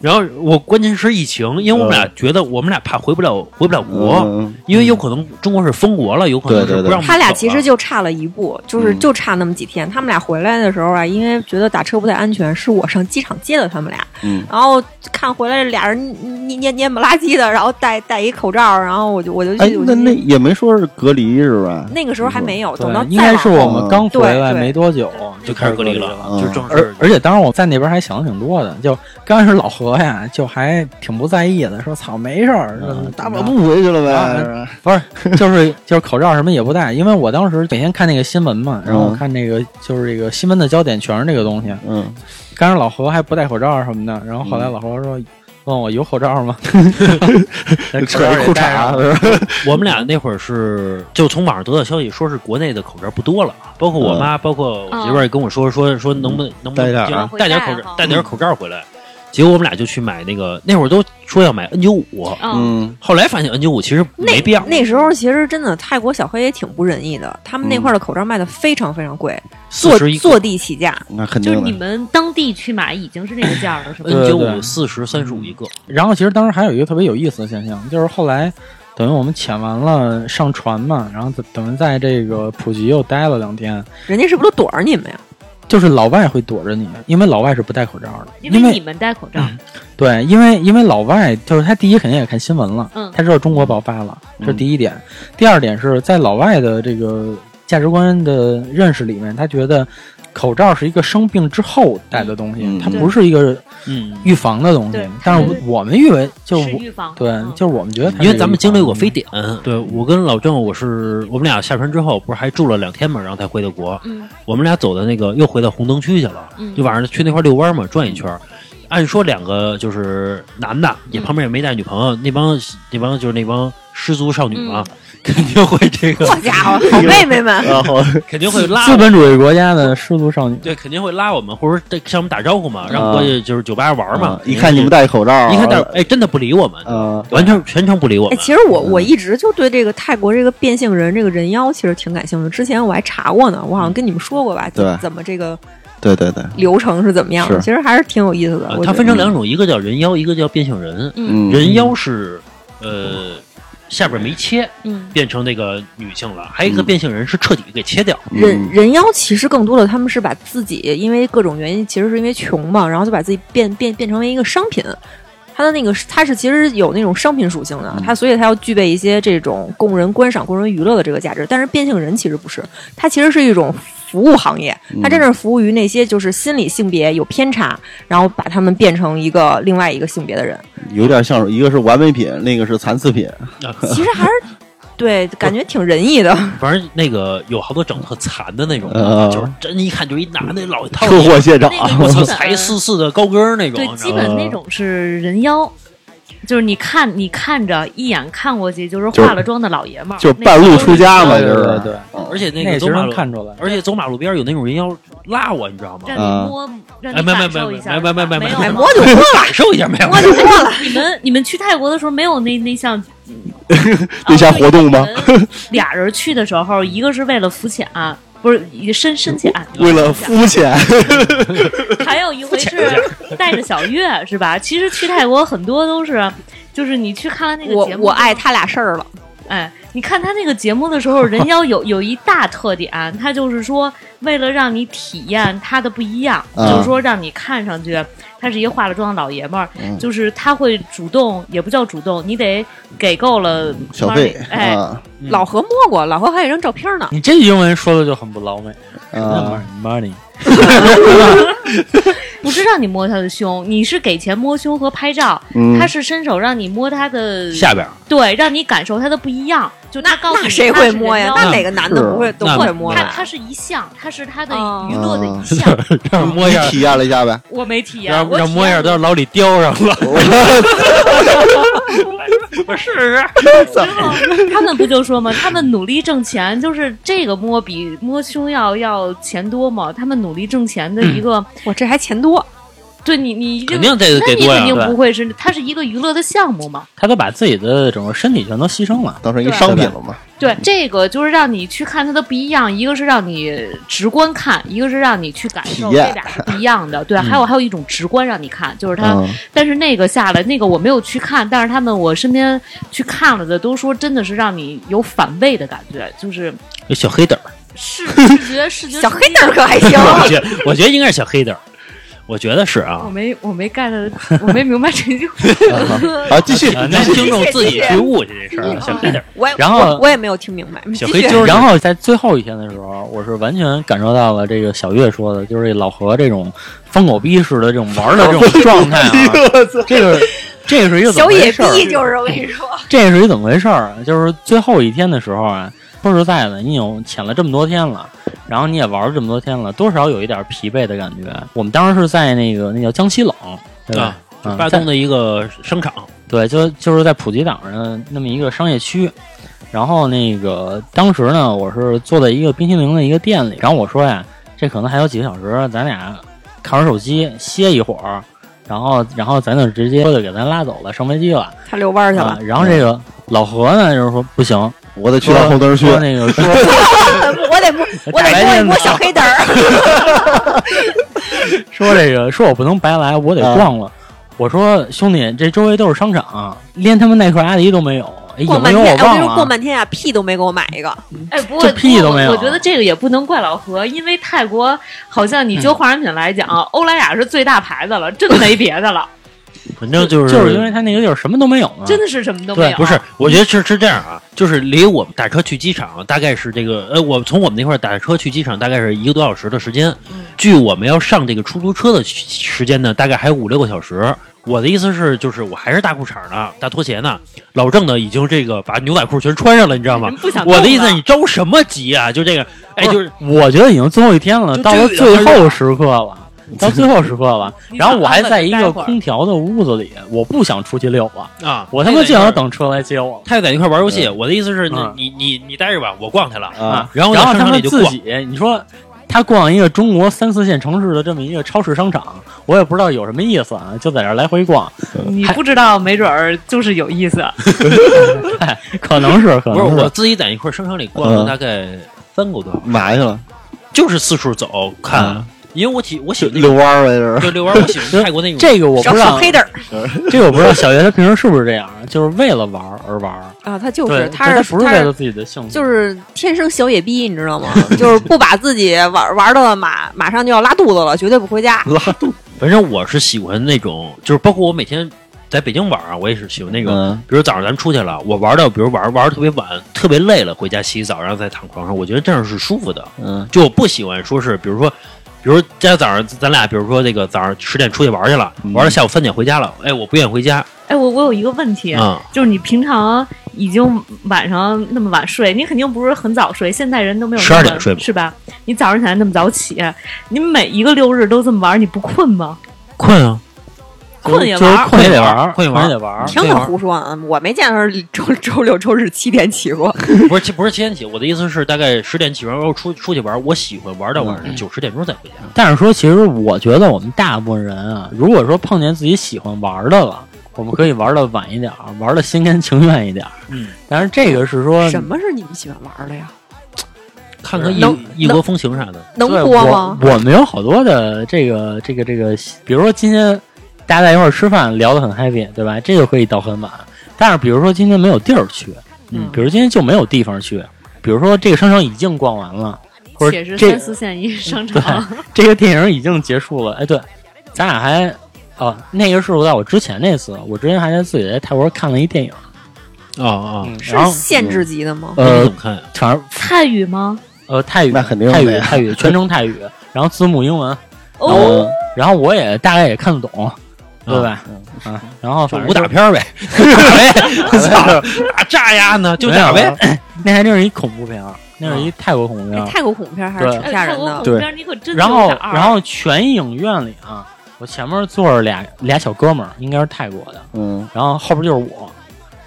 S7: 然后我关键是疫情，因为我们俩觉得我们俩怕回不了回不了国，
S6: 嗯
S7: 因为有可能中国是封国了，有可能
S6: 对
S7: 是
S6: 对对
S7: 不让我们
S4: 他俩
S7: 走
S4: 其实
S7: 了
S4: 就差了一步，就是
S6: 嗯
S4: 就差那么几天。他们俩回来的时候啊，因为觉得打车不太安全，是我上机场接的他们俩。
S6: 嗯
S4: 然后看回来俩人蔫蔫蔫不拉几的，然后戴戴一口罩，然后我就我就
S6: 哎
S4: 去，我
S6: 那
S4: 就
S6: 那也没说是隔离是吧？
S4: 那个时候还没有，等到
S2: 对，应
S4: 再
S2: 该
S4: 往
S2: 是我们刚回来
S4: 对对
S2: 没多久
S7: 就开始隔离了，
S6: 嗯
S7: 就是正
S2: 而
S7: 式。
S2: 而且当时我在那边还想的挺多的，就刚开始老何呀，就还挺不在意的，说操没事儿，
S6: 嗯大
S2: 大
S6: 不
S2: 不
S6: 了
S2: 了
S6: 不回去了
S2: 啊
S6: 呗，是吧
S2: 不
S7: 嗯
S2: 是，就是就是口罩什么也不戴，因为我当时每天看那个新闻嘛，然后
S7: 嗯
S2: 我看那个就是这个新闻的焦点全是这个东西。
S6: 嗯，
S2: 刚开始老何还不戴口罩什么的，然后后来
S7: 嗯
S2: 老何说。问我有口罩吗？
S6: 扯一裤衩是吧？
S7: <laughs> 我们俩那会儿是，就从网上得到消息，说是国内的口罩不多了，啊包括我妈，包括我媳妇儿也跟我说，说说能不能能不
S6: 带
S7: 能
S6: 点儿
S7: 就
S6: 啊
S7: 是带点儿
S3: 回家
S7: 口罩
S3: 哈，
S7: 带点儿口罩回来。结果我们俩就去买那个，那会儿都说要买 N 九五，
S3: 嗯，
S6: 嗯
S7: 后来发现 N 九五其实没必要。
S4: 那时候其实真的泰国小黑也挺不仁义的，他们那块儿的口罩卖的非常非常贵，坐
S7: 41
S4: 坐地起价。
S6: 那肯
S3: 就是
S6: 定
S3: 你
S6: 的。
S3: 们当地去买已经是那个价儿了，是吧？
S7: N
S2: 对
S7: 九五
S2: 对
S7: 四十三十五一个，
S2: 然后其实当时还有一个特别有意思的现象，就是后来等于我们潜完了上船嘛，然后等等于在这个普吉又待了两天，
S4: 人家是不是都躲着你们呀？
S2: 就是老外会躲着你，因为老外是不戴口罩的，
S3: 因
S2: 因
S3: 为你们戴口
S7: 嗯
S3: 罩，
S2: 对，因为因为老外就是他第一肯定也看新闻了，
S3: 嗯
S2: 他知道中国爆发了，这
S7: 嗯
S2: 是第一点。第二点是在老外的这个价值观的认识里面，他觉得口罩是一个生病之后戴的东西，
S6: 嗯
S2: 它
S3: 对
S2: 不是一个
S7: 嗯，
S2: 预防的东西
S3: 对。
S2: 但是
S3: 是
S2: 我我们以为就我
S3: 是预防。
S2: 对，
S3: 嗯
S2: 就是我们觉得它是
S7: 因为咱们经历过非
S2: 预
S7: 典，对我跟老郑，我是我们俩下船之后，不是还住了两天嘛，然后才回的国。
S3: 嗯
S7: 我们俩走的那个又回到红灯区去了，
S3: 嗯
S7: 就晚上去那块遛弯嘛，转一圈儿。按说两个就是男的，也旁边也没带女朋友，那帮那帮就是那帮失足少女嘛， <laughs> 肯定会这个
S4: 好，家伙，好妹妹们，
S6: 然后
S7: 肯定会拉
S2: 资
S7: 我们，
S2: 本主义国家的失足少女，
S7: 对，肯定会拉我们，或者说对向我们打招呼嘛，让我们
S6: 啊
S7: 过去就是酒吧玩嘛。
S2: 啊
S6: 一看你们戴口罩，啊
S7: 一看但哎，真的不理我们，
S6: 呃，
S7: 完全全程不理我
S4: 哎，
S7: 们。
S4: 其实我我一直就对这个泰国这个变性人这个人妖其实挺感兴趣。之前我还查过呢，我
S7: 嗯
S4: 好像跟你们说过吧，怎
S6: 对
S4: 怎么这个
S6: 对对对，
S4: 流程是怎么样的？
S6: 是
S4: 其实还是挺有意思的。
S7: 呃
S4: 我
S7: 它
S4: 觉
S7: 分
S4: 得嗯
S7: 成两种，一个叫人妖，一个叫变性人。
S6: 嗯，
S7: 人妖是呃下边没切
S3: 嗯，
S7: 变成那个女性了，还有一个
S6: 嗯
S7: 变性人是彻底给切掉。
S4: 人人妖其实更多的他们是把自己因为各种原因，其实是因为穷嘛，然后就把自己变变变成为一个商品。它的那个它是其实有那种商品属性的，它所以它要具备一些这种供人观赏、供人娱乐的这个价值。但是变性人其实不是，它其实是一种服务行业，它真正是服务于那些就是心理性别有偏差，然后把他们变成一个另外一个性别的人。
S6: 有点像是一个是完美品，另一个是残次品，
S4: 其实还是对，感觉挺仁
S3: <laughs>
S4: 义的。
S7: 反正那个有好多整特残的那种，
S6: 呃
S7: 就是真一看就是一男的老套
S6: 车祸啊现场，
S3: 那个
S7: 我操，
S3: 基本
S7: 才四四的高跟儿那种，
S3: 对
S7: 你，知
S3: 基
S7: 道吗？
S3: 本那种是人妖，就是你看你看着一眼看过去就是
S6: 就是
S3: 化了妆的老爷们儿，
S6: 就是
S3: 那
S6: 半
S3: 种
S6: 路出家嘛，
S2: 对对
S6: 就
S2: 对
S6: 是
S2: 对，
S7: 而且那
S2: 那
S7: 个
S2: 其
S7: 走
S2: 实
S7: 马
S2: 能
S7: 路，
S2: 看出来。
S7: 而且走马路边儿有那种人妖拉我，你知道吗？
S3: 让
S6: 啊
S3: 你摸，让
S7: 哎
S3: 你
S7: 没没
S3: 感
S7: 没
S3: 受
S7: 没
S3: 一下，
S7: 没没没
S3: 没有
S7: 没
S3: 吗
S4: 摸就摸了，
S7: 感受一下没有？
S4: 摸就摸了。
S3: 你们你们去泰国的时候没有那那项
S6: <laughs> 那项活动吗？
S3: 然后就是你们俩人去的时候，一个是为了浮潜，啊不是一个深深潜，啊
S6: 为了肤浅，
S3: 还有一回是带着小月是吧？其实去泰国很多都是，就是你去看了那个
S4: 我
S3: 节目，
S4: 我爱他俩事儿了。
S3: 哎，你看他那个节目的
S4: <laughs>
S3: 时候，人妖有有一大特点，啊他就是说为了让你体验他的不一样，
S6: 嗯
S3: 就是说让你看上去他是一个化了妆的老爷们儿，
S6: 嗯
S3: 就是他会主动，也不叫主动，你得给够了
S6: 小费
S4: 嗯
S3: money，哎，
S6: 啊
S4: 老何摸过，老何还有一张照片呢。
S2: 你这英文说的就很不老美
S7: 嗯
S6: 啊，
S2: ，money，
S3: 不是让你摸他的胸，你是给钱摸胸和拍照，
S6: 嗯
S3: 他是伸手让你摸他的
S7: 下边儿
S3: 对，让你感受它的不一样。就他告诉你
S4: 那啊谁会摸呀？
S3: 那
S2: 嗯
S4: 那哪个男的不会都
S7: 那
S4: 会摸
S3: 他
S4: 呀？
S3: 他是一项，他是他的
S4: 哦
S3: 娱乐的
S4: <laughs>
S3: 一项。
S7: 让摸一下，
S6: 体验了一下呗，
S3: 我没体验，
S7: 让
S3: 我
S7: 让
S3: 体
S7: 摸一
S3: 验
S7: 下，
S3: 过
S7: 到时候老李叼上了。
S6: 哦 <laughs>
S7: 我试试，
S3: 他们不就说嘛，他们努力挣钱，就是这个摸比摸胸要要钱多嘛。他们努力挣钱的一个，
S4: 我这还钱多，
S3: 对你你
S7: 肯定得
S3: 那
S7: 给
S3: 你
S7: 多
S3: 肯
S7: 呀。
S3: 定
S7: 对
S3: 不会是，它是一个娱乐的项目嘛。
S2: 他都把自己的整个身体全都牺牲了。
S6: 当成一个商品了嘛。
S7: 嗯
S3: 对，这个就是让你去看它的不一样，一个是让你直观看，一个是让你去感受，
S6: 体验
S3: 这俩是不一样的。对，
S7: 嗯
S3: 还有还有一种直观让你看，就是它，
S6: 嗯
S3: 但是那个下来那个我没有去看，但是他们我身边去看了的都说真的是让你有反胃的感觉，
S7: <laughs>
S3: 就是
S7: 有小黑灯儿，
S3: 视视觉视觉
S4: 小黑灯儿可 <laughs> 还行。
S7: 我觉我觉得应该是小黑灯儿，我觉得是
S3: 我
S7: 啊。
S3: 没我没 get，我没明白这句话。
S6: 啊，继续，
S7: 啊 <laughs> 那听众自己去悟去这事儿啊，
S4: 嗯
S7: 小黑灯儿。
S4: 我也
S2: 然后
S4: 我我也没有听明白。
S7: 小
S4: 继
S7: 黑
S4: 续
S7: 就是
S2: 然后在最后一天的时候，我是完全感受到了这个小月说的，就是这老何这种疯狗逼似的这种玩儿的这种状态啊，这个这是一个怎么
S4: 小
S2: 回
S4: 野
S2: 事儿嗯
S4: 逼就是我跟你说，
S2: 这是一怎么回事儿啊？就是最后一天的时候啊，说实在的，你有潜了这么多天了，然后你也玩了这么多天了，多少有一点疲惫的感觉。我们当时是在那个那叫江西冷，对
S7: 啊
S2: 吧？嗯
S7: 巴
S2: 在
S7: 东的一个商场，
S2: 对，就就是在普吉岛上那么一个商业区。然后那个当时呢，我是坐在一个冰淇淋的一个店里，然后我说呀，这可能还有几个小时，咱俩看会儿手机，歇一会儿，然后然后咱就直接就给咱拉走了，上飞机了。
S4: <laughs> 他遛弯儿去
S2: 啊
S4: 了。
S2: 然后这个老何呢，就是说不行，
S6: 我得去趟后灯区
S2: 说，那个说啊
S4: <laughs> 我得摸，我得摸一摸小黑灯儿。
S2: 说这个说我不能白来，我得逛了。我说兄弟，这周围都是商场，连他妈耐克、阿迪都没有，哎有
S4: 逛半
S2: 没有我
S4: 天，哎
S2: 忘了
S4: 我跟你说，
S2: 啊。
S4: 逛半天啊，屁都没给我买一个。
S3: 哎，不过
S2: 这屁都没有
S3: 我觉得这个也不能怪老何，因为泰国好像你
S7: 嗯
S3: 就化妆品来讲，欧莱雅是最大牌子了，真没别的了，
S7: 反正就是
S2: 就是因为他那个地儿什么都没有啊嘛。
S3: 真的是什么都没有。
S7: 嗯不是，我觉得是是这样啊，就是离我们打车去机场大概是这个，呃，我从我们那块儿打车去机场大概是一个多小时的时间，
S2: 嗯
S7: 距我们要上这个出租车的时时间呢，大概还有五六个小时。我的意思是，就是我还是大裤衩呢，大拖鞋呢，老郑呢已经这个把牛仔裤全穿上了，你知道吗
S3: 人？不想动
S7: 我的意思
S3: 了
S7: 是，你着啊什么急啊？就这个，哎，就是
S2: 我觉得已经最后一天了，
S7: 就
S2: 到了
S7: 这个
S2: 最后时刻了，到最后时刻了
S3: 你，
S2: 然后我还在一
S3: 你就
S2: 个
S3: 安排待会儿
S2: 空调的屋子里，我不想出去溜了，
S7: 啊，
S2: 我他妈就想。等车来接我了。
S7: 他就在那块玩游戏，我的意思是你
S2: 嗯
S7: 你你你待着吧，我逛去了
S2: 啊，
S7: 然后
S2: 然
S7: 到
S2: 后他
S7: 商场里
S2: 们
S7: 就
S2: 自
S7: 逛，
S2: 己，你说他逛一个中国三四线城市的这么一个超市商场，我也不知道有什么意思啊，就在那儿来回逛，
S3: 你不知道，没准儿就是有意思。
S7: 嗯
S2: 可能是，可
S7: 不是
S2: 能
S7: 我自己在一块商场里逛了
S6: 嗯
S7: 大概三个多小时，
S6: 埋去了，
S7: 就是四处走看，因为我挺我喜欢那
S6: 遛
S7: 个
S6: 弯儿呗，这是
S7: 对遛弯儿，我喜欢泰国那
S2: <laughs>
S7: 种
S2: 这个我不知道，
S4: 黑的
S2: 这个我不知道小月他平时是不是这样，啊就是为了玩儿而玩儿，
S4: 啊，他就
S2: 对，
S4: 是
S2: 他
S4: 他
S2: 不是为了自己的兴趣，
S4: 就是天生小野逼，你知道吗？就是不把自己玩玩到马马上就要拉肚子了，绝对不回
S2: 嗯
S4: 家。
S6: 拉肚，
S7: 反正我是喜欢那种，就是包括我每天在北京玩啊，我也是喜欢那种。
S6: 嗯
S7: 比如早上咱们出去了，我玩到，比如玩玩得特别晚，特别累了，回家洗澡，然后再躺床上，我觉得这样是舒服的。
S6: 嗯
S7: 就我不喜欢说是，比如说，比如今天早上咱俩，比如说这个早上十点出去玩去了，
S6: 嗯
S7: 玩到下午三点回家了，哎，我不愿意回家
S3: 哎，我我有一个问题，
S7: 啊、
S3: 就是你平常已经晚上那么晚睡，你肯定不是很早睡，现在人都没有那
S7: 12
S3: 么
S7: 点睡吧
S3: 是吧？你早上起来那么早起，你每一个六日都这么玩，你不困吗？
S7: 困啊，
S3: 困也
S2: 就
S3: 玩
S2: 是
S3: 儿，
S2: 困也得玩儿，
S7: 困
S2: 也
S7: 也玩儿
S2: 得玩儿。
S4: 听他胡说啊！我没见他是周周六周日七点起过，
S7: <laughs> 不是不是七点起，我的意思是大概十点起床然后出出去玩，我喜欢玩到晚上九十点钟再回家。
S2: 但是说，其实我觉得我们大部分人啊，如果说碰见自己喜欢玩的了，我们可以玩的晚一点儿，玩的心甘情愿一点。
S7: 嗯，
S2: 但是这个是说
S4: 什么是你们喜欢玩的呀？
S7: 看看异
S4: 能
S7: 异国风情啥的，
S4: 能
S2: 对
S4: 播吗？
S2: 我我们有好多的这个这个这个，比如说今天大家在一块儿吃饭，聊得很 happy，对吧？这就可以到很晚。但是比如说今天没有地儿去，嗯，比如今天就没有地方去，比如说这个商场已经逛完了，或
S3: 且
S2: 者
S3: 是
S2: 这
S3: 三四线一商
S7: <laughs>
S3: 场，
S2: 这个电影已经结束了。哎，对，咱俩还哦，那个是我在我之前那次，我之前还在自己在泰国看了一电影，
S7: 啊啊，
S3: 嗯
S4: 是
S2: 然后
S4: 限制级的吗？
S7: 那你
S2: 呃
S7: 怎，么看呀？啊
S2: 反正
S3: 泰语吗？
S2: 呃泰语，
S6: 那肯定
S2: 泰
S6: 的
S2: 语
S6: 呀
S2: 泰语全程泰语，然后字幕英文，然
S6: 嗯
S3: 哦，
S2: 后然后我也大概也看得懂，对吧？啊，然后反正
S7: 武打
S2: 就
S7: 片儿
S2: <laughs>
S7: 呗，打呗，打炸呀呢，就
S2: 没有
S7: 打呗。
S2: <coughs> 那还真是一恐怖片儿，那是一泰国恐怖片
S4: 哎
S2: 儿。
S4: 泰国恐怖片还是
S2: 啊对
S4: 挺
S3: 哎
S4: 吓人
S3: 啊泰国
S4: 的
S3: 恐。怖片儿你可真
S2: 然后
S3: 有点儿
S2: 然后全影院里啊，我前面坐着俩俩小哥们儿，应该是泰国的，
S6: 嗯，
S2: 然后后边就是我，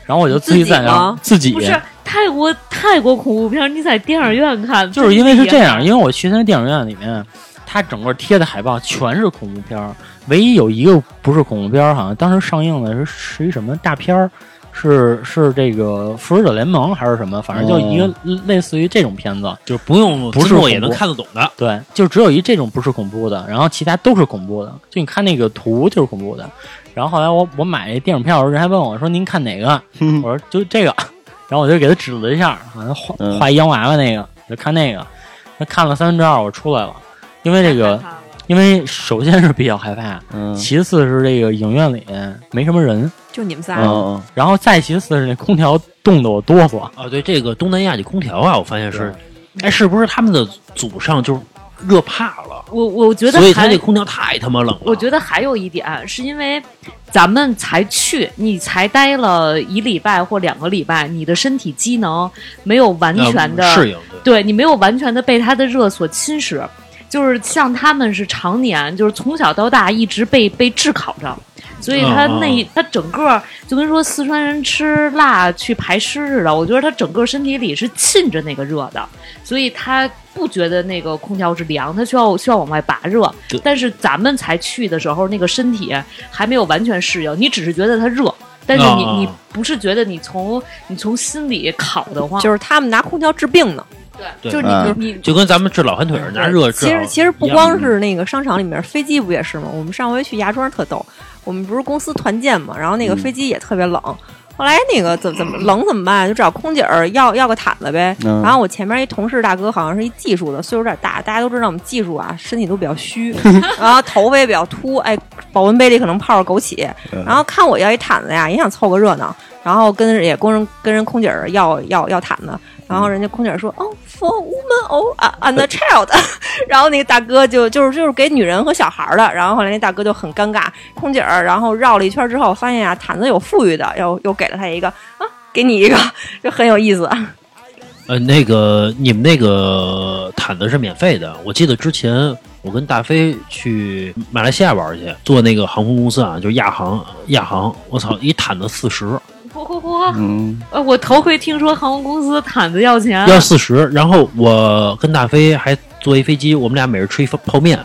S2: 然后我就自己在
S4: 自己
S2: 那
S4: 吗
S2: 自己
S3: 不是泰国泰国恐怖片儿，你在电影院看，
S2: 就是因为是这样，
S3: 为
S2: 因为我去他那电影院里面，他整个贴的海报全是恐怖片儿，唯一有一个不是恐怖片儿，好像当时上映的是是一什么大片儿，是是这个《复仇者联盟》还是什么，反正就一个类似于这种片子。
S7: 就不用
S2: 不是
S7: 字幕也
S2: 恐怖
S7: 能看得懂的。
S2: 对，就只有一这种不是恐怖的，然后其他都是恐怖的。就你看那个图就是恐怖的。然后后来我我买电影票的时候，人还问我说：“您看哪个？”
S8: <laughs>
S6: 嗯
S2: 我说就这个，然后我就给他指了一下，好像画
S6: 嗯
S2: 画一洋娃娃那个，我就看那个，那看了三分之二我出来了，因为这个，因为首先是比较害怕，
S6: 嗯
S2: 其次是这个影院里没什么人，
S4: 就你们仨，
S6: 嗯
S2: 然后再其次是那空调冻得我哆嗦，
S7: 啊，对，这个东南亚这空调啊，我发现是，哎，是不是他们的祖上就是热怕了？
S3: 我我觉得
S7: 所以
S3: 还
S7: 他这空调太他妈冷了。
S3: 我觉得还有一点是因为咱们才去，你才待了一礼拜或两个礼拜，你的身体机能没有完
S7: 呃
S3: 全的、
S7: 适应，对
S3: 对你没有完全的被它的热所侵蚀，就是像他们是常年就是从小到大一直被被炙烤着，所以他
S7: 嗯嗯
S3: 那他整个就跟说四川人吃辣去排湿似的，我觉得他整个身体里是浸着那个热的，所以他不觉得那个空调是凉，他需要需要往外拔热
S7: 对。
S3: 但是咱们才去的时候，那个身体还没有完全适应，你只是觉得它热。但是你、
S7: 嗯嗯嗯
S3: 你不是觉得你从你从心里烤得慌，
S4: 就是他们拿空调治病呢。
S7: 对
S3: 就是
S6: 嗯
S3: 你你
S7: 就跟咱们治老寒腿儿拿热治
S4: 其
S7: 好。
S4: 实其实不
S7: 一样
S4: 光是那个商场里面，飞机不也是吗？我们上回去芽庄特逗，我们不是公司团建嘛，然后那个飞机也特别冷。后来那个怎怎么冷怎么办？就找空姐儿要要个毯子呗。
S6: 嗯
S4: 然后我前面一同事大哥好像是一技术的，岁数有点大，大家都知道我们技术啊，身体都比较虚， <laughs> 然后头发也比较秃，哎，保温杯里可能泡着枸杞。然后看我要一毯子呀，也想凑个热闹，然后跟人也跟人跟人空姐儿要要要毯子，然后人家空姐儿说，哦，for woman or and a 啊 child，然 <laughs> 后那个大哥就就是就是给女人和小孩儿的，然后后来那大哥就很尴尬，空姐儿，然后绕了一圈之后，发现啊毯子有富裕的，又又给了他一个啊，给你一个，就很有意思。
S7: 呃，那个你们那个毯子是免费的，我记得之前我跟大飞去马来西亚玩去，坐那个航空公司啊，就是亚航，亚航，我操，一毯子四十，
S4: 啊
S3: 嚯嚯嚯！
S6: 嗯，
S3: 呃，我头回听说航空公司毯子要钱，啊
S7: 要四十。然后我跟大飞还坐一飞机，我们俩每人吃一份泡面，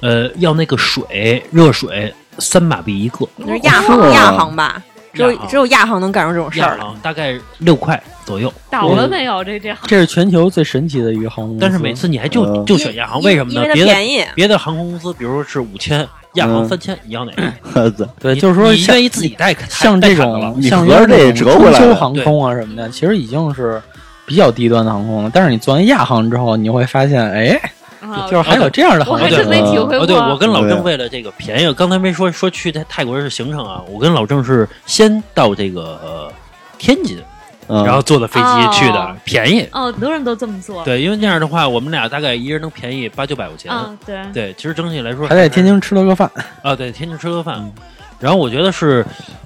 S7: 呃，要那个水，热水三马币一个，
S4: 那是亚
S6: 是吗
S4: 航，亚航吧，只有
S7: 亚航
S4: 只有亚航能赶上这种事
S7: 亚
S4: 儿了。
S7: 航大概六块左右。
S3: 倒了没有？这啊这
S8: 这是全球最神奇的一个航空公司。
S7: 但是每次你还就、
S6: 嗯
S7: 就选亚航，
S4: 因
S7: 为什么
S4: 因？
S7: 呢
S4: 为它
S7: 别的
S4: 便宜。啊
S7: 别的航空公司，比如说是五千，亚航
S6: 嗯
S7: 三千，你要哪
S6: <laughs>
S7: 个？
S8: 对，
S7: 你
S8: 就是说
S7: 你
S8: 像
S7: 愿意自己带带
S8: 像
S7: 带
S8: 这
S7: 毯子了
S8: 种
S6: 你
S8: 像
S6: 合着
S8: 这
S6: 这
S8: 种
S6: 折回来
S8: 中
S6: 了
S8: 秋航空啊什么的，其实已经是比较低端的航空了。但是你坐完亚航之后，你会发现，哎，
S3: 啊
S8: 就是还有这样的
S3: 我
S8: 航
S3: 还
S8: 空。
S3: 真没体会
S7: 哦，
S3: 过。
S7: 对，我跟老
S6: 对
S7: 郑为了这个便宜，刚才没说说去泰泰国的行程啊，我跟老郑是先到这个、呃天津，然
S8: 嗯
S6: 然
S7: 后坐的飞
S3: 哦
S7: 机去的，便宜。
S3: 哦，很多人都这么做。
S7: 对，因为那样的话，我们俩大概一人能便宜八九百块钱。
S3: 啊，对，
S7: 对，其实整体来说
S8: 还在天津吃了个饭，
S7: 啊，对，天津吃个饭。然后我觉得是，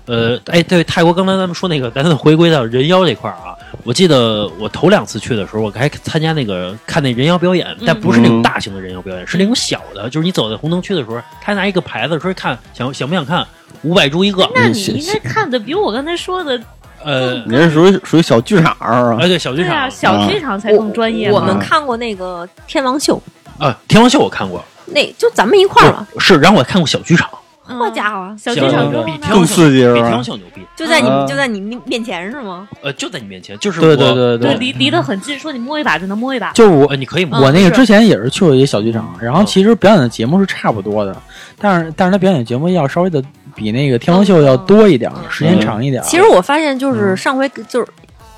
S7: 呃，哎，对，泰国刚才咱们说那个，咱回归到人妖这块儿啊。我记得我头两次去的时候，我还参加那个看那人妖表演，但不是那种大型的人妖表演，是那种小的，就是你走在红灯区的时候，他拿一个牌子说看想想不想看，五百铢一个，
S3: 那
S6: 嗯
S3: 你
S6: 行
S3: 应该看的比我刚才说的，
S7: 呃，
S6: 你这属于属于小剧场儿啊
S7: 哎，，对，小剧
S3: 对啊，
S7: 场
S3: 小剧场才更专业嘛。嗯
S4: 我
S7: 嗯
S4: 们看过那个天王秀，
S7: 啊，天王秀我看过，
S4: 那就咱们一块儿嘛。
S7: 是，然后我还看过小剧场，
S3: 嗯
S4: 好家伙，
S3: 小剧场啊
S7: 比
S3: 中
S7: 天
S3: 呢
S7: 王
S6: 更
S7: 秀
S6: 刺激
S7: 比
S6: 是
S7: 天王
S6: 吧？
S7: 秀牛逼，
S4: 就在你
S7: 嗯
S6: 啊
S4: 就在你面面前是吗？
S7: 呃，就在你面前，就是
S8: 对
S7: 我
S8: 对
S3: 对，
S8: 对对，
S3: 离离得很近，说你摸一把就能摸一把。
S8: 就是我
S7: 呃，你可以摸
S3: 嗯
S8: 我那个
S3: 是
S8: 之前也是去过一个小剧场，然后其实表演的节目是差不多的，但是但是他表演节目要稍微的比那个天王秀要多一点儿，时间长一
S7: 啊
S8: 点儿。
S4: 其实我发现
S7: 嗯
S4: 就是上回就是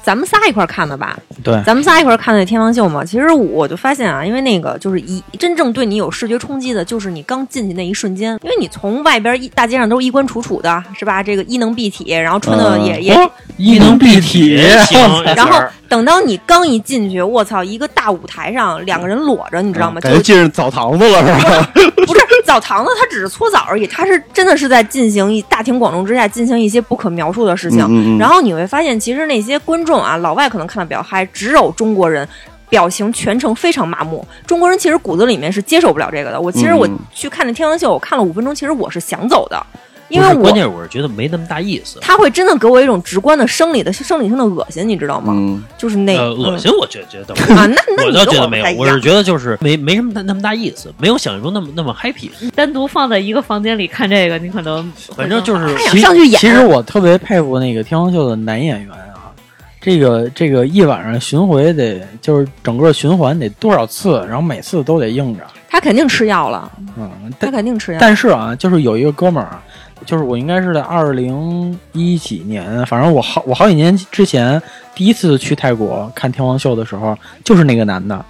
S4: 咱们仨一块儿看的吧，
S8: 对，
S4: 咱们仨一块儿看的《天王秀》嘛，其实我就发现啊，因为那个就是一真正对你有视觉冲击的，就是你刚进去那一瞬间，因为你从外边一大街上都是衣冠楚楚的，是吧？这个衣能蔽体，然后穿的
S6: 嗯
S4: 也、
S7: 哦
S4: 也，
S8: 哦异能蔽体
S7: 行，
S6: <laughs>
S4: 然后等到你刚一进去，我操，一个大舞台上两个人裸着，你知道吗？
S6: 嗯感觉
S4: 就
S6: 进澡堂子了是吧？
S4: 不是澡堂子，它只是搓澡而已，它是真的是在进行一大庭广众之下进行一些不可描述的事情。
S6: 嗯嗯嗯
S4: 然后你会发现，其实那些观众啊，老外可能看的比较嗨，只有中国人。表情全程非常麻木，中国人其实骨子里面是接受不了这个的。我其实我
S6: 嗯
S4: 去看那天王秀，我看了五分钟，其实我是想走的，因
S7: 不
S4: 为
S7: 是关
S4: 我
S7: 键是我是觉得没那么大意思。
S4: 他会真的给我一种直观的生理的生理性的恶心，你知道吗？
S6: 嗯，
S4: 就是那
S7: 呃，恶心，我觉觉得，
S4: 嗯 <laughs> 啊，那那
S7: 我
S4: 你
S7: 倒
S4: 跟
S7: 觉得
S4: 不
S7: 没
S4: 太
S7: 有，
S4: 一
S7: 我
S4: 样
S7: 是觉得就是没没什么那么大意思，没有想象中那么那么 happy。
S4: 嗯
S3: 单独放在一个房间里看这个，你可能
S7: 反正就是
S4: 他想上去演，
S8: 其实我特别佩服那个天王秀的男演员啊，这个这个一晚上巡回得就是整个循环得多少次，然后每次都得硬着，
S4: 他肯定吃药了，
S8: 嗯，
S4: 他
S8: 但
S4: 肯定吃药。
S8: 但是啊，就是有一个哥们儿啊，就是我应该是在二零一几年，反正我好我好几年之前第一次去泰国看天王秀的时候，就是那个男的，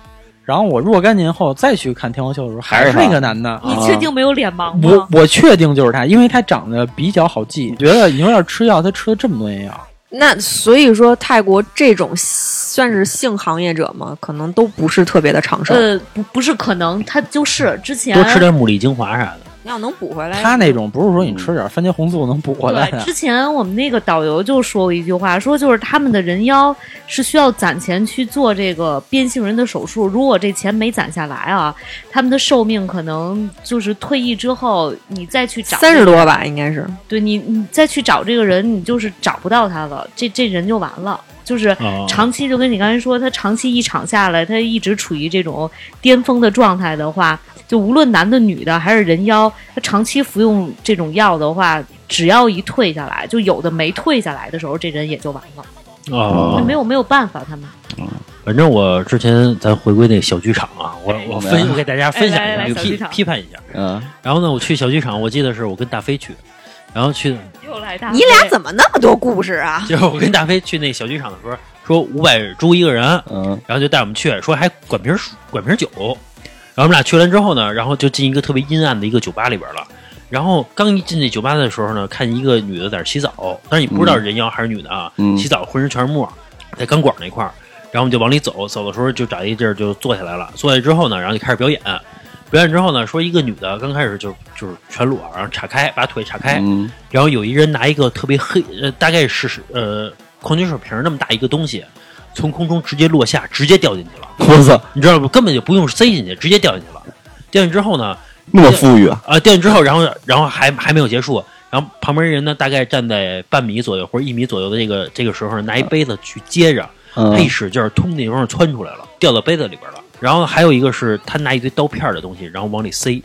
S8: 然后我若干年后再去看天王秀的时候，还
S6: 还
S8: 是
S6: 是
S8: 那
S6: 他
S8: 个男的。
S3: 你确定没有脸盲
S8: 我
S3: 吗？
S8: 我确定就是他，因为他长得比较好记。觉得你说要是吃药，他吃了这么多年药，
S4: 那所以说，泰国这种算是性行业者嘛，可能都不是特别的长寿。
S3: 呃，不不是，可能他就是之前
S7: 多吃点牡蛎精华啥的。
S4: 你要能补回来，
S8: 他那种不是说你吃点番茄红素能补回来
S3: 嗯对，
S8: 的
S3: 之。前我们那个导游就说过一句话，说就是他们的人妖是需要攒钱去做这个变性人的手术，如果这钱没攒下来啊，他们的寿命可能就是退役之后你再去找
S4: 三十，多吧，应该是。
S3: 对你你再去找这个人，你就是找不到他了，这这人就完了，就是。
S7: 哦
S3: 长期就跟你刚才说，他长期一场下来，他一直处于这种巅峰的状态的话，就无论男的、女的还是人妖，他长期服用这种药的话，只要一退下来，就有的没退下来的时候，这人也就完了，
S7: 哦
S3: 那没有没有办法，他们
S7: 反正我之前咱回归那个小剧场啊，我我分我给大家分享
S3: 哎
S7: 一
S3: 来
S7: 下，
S3: 来
S7: 这
S3: 小
S7: 个
S3: 剧
S7: 批
S3: 场
S7: 批判一下。
S6: 嗯，
S7: 然后呢，我去小剧场，我记得是我跟大飞去，然后去
S3: <laughs> 又来大
S4: 你俩怎么那么多故事
S7: <laughs>
S4: 啊？
S7: 就是我跟大飞去那小剧场的时候，说五百铢一个人，
S6: 嗯，
S7: 然后就带我们去，说还管瓶水管瓶酒。然后我们俩去完之后呢，然后就进一个特别阴暗的一个酒吧里边了。然后刚一进那酒吧的时候呢，看一个女的在那洗澡，但是你不知道人妖还是女的啊，
S6: 嗯
S7: 洗澡浑身全是沫，在钢管那块儿。然后我们就往里走，走的时候就找一地儿就坐下来了。坐下来之后呢，然后就开始表演。表演之后呢，说一个女的刚开始就就是全裸，然后岔开，把腿岔开，
S6: 嗯
S7: 然后有一人拿一个特别黑，呃，大概是是呃矿泉水瓶那么大一个东西，从空中直接落下，直接掉进去了。
S6: 我操，
S7: 你知道吗？根本就不用塞进去，直接掉进去了。掉进之后呢，
S6: 那么富裕啊，
S7: 啊，掉进之后，然后然后还还没有结束，然后旁边人呢大概站在半米左右或者一米左右的这个这个时候，拿一杯子去接着，
S4: 哎
S7: 他一
S6: 嗯
S7: 使劲儿，通那地方窜出来了，掉到杯子里边了。然后还有一个是他拿一堆刀片儿的东西，然后往里塞，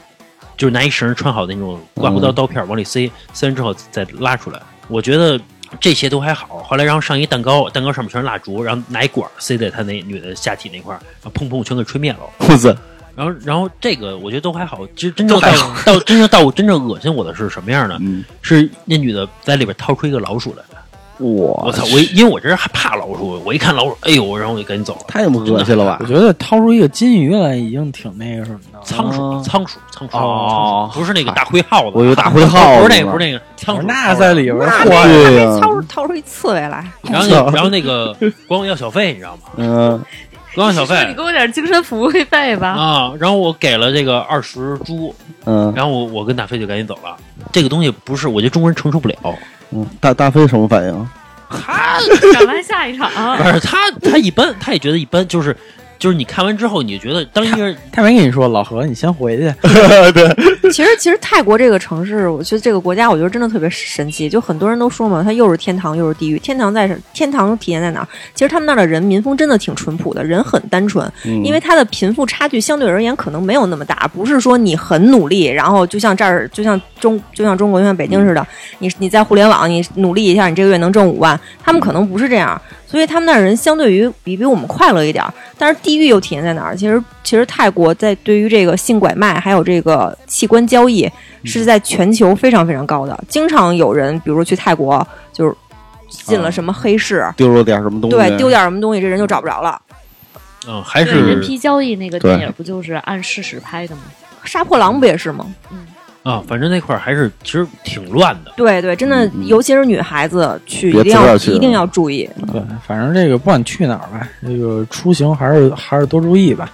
S7: 就是拿一绳儿穿好的那种刮胡刀刀片儿往里塞，塞完之后再拉出来。我觉得这些都还好。后来然后上一蛋糕，蛋糕上面全是蜡烛，然后拿一管儿塞在他那女的下体那块儿，然后砰砰全给吹灭了。
S6: 哇塞，
S7: 然后，然后这个我觉得都还好。其实真正到到真正到我真正恶心我的是什么样呢？
S6: 嗯，
S7: 是那女的在里边掏出一个老鼠来，
S6: 我
S7: 我操！我因为我这人害怕老鼠，我一看老鼠，哎呦，然后我就赶紧走了。
S6: 太他妈恶心了吧
S8: 我？觉得掏出一个金鱼来已经挺那个什么的了。
S7: 仓鼠，
S6: 哦
S7: 仓鼠，仓鼠，
S6: 哦
S7: 仓鼠不是那个大灰耗子，
S6: 我以为大灰耗子
S7: 不是那
S6: 呢
S7: 个，不是那个仓鼠。
S8: 那在里边儿
S4: 那
S8: 嚯，
S6: 对呀
S4: 那掏出掏出一刺猬来，
S7: 然后那，然后那个管我要小费，你知道吗？
S6: 嗯，
S7: 管我小
S3: 说你
S7: 费
S3: 给我点精神抚慰费吧。
S7: 啊！然后我给了这个二十铢，
S6: 嗯
S7: 然后我我跟大飞就赶紧走了。这个东西不是，我觉得中国人承受不了。
S6: 嗯，大大飞什么反应？
S7: 他
S3: 展开下一场，
S7: 不是他，他一般，他也觉得一般，就是就是你看完之后，你觉得当一个人
S8: 他没跟你说，老何，你先回去。
S4: 其实，其实泰国这个城市，我觉得这个国家，我觉得真的特别神奇。就很多人都说嘛，它又是天堂又是地狱。天堂在什？天堂体现在哪儿？其实他们那儿的人民风真的挺淳朴的，人很单纯，
S6: 嗯
S4: 因为它的贫富差距相对而言可能没有那么大。不是说你很努力，然后就像这儿，就像中，就像中国，就像北京似的，你你在互联网你努力一下，你这个月能挣五万。他们可能不是这样，所以他们那儿人相对于比比我们快乐一点儿。但是地狱又体现在哪儿？其实其实泰国在对于这个性拐卖还有这个器官交易是在全球非常非常高的，经常有人比如说去泰国就是进了什么黑市，
S6: 丢了点什么东西？
S4: 对，丢点什么东西这人就找不着了。
S7: 嗯，还
S3: 对人
S7: <laughs> 是
S3: 皮交易那个
S6: 对
S3: 电影不就是按事实拍的吗？
S4: 杀破狼不也是吗？
S7: 啊，反正那块儿还是其实挺乱的。
S4: 对对，真的，
S6: 嗯嗯
S4: 尤其是女孩子去，
S6: 别
S4: 一定
S6: 自
S4: 要
S6: 个儿去
S4: 一定要注意。
S8: 对，反正这个不管去哪儿吧，这个出行还是还是多注意吧。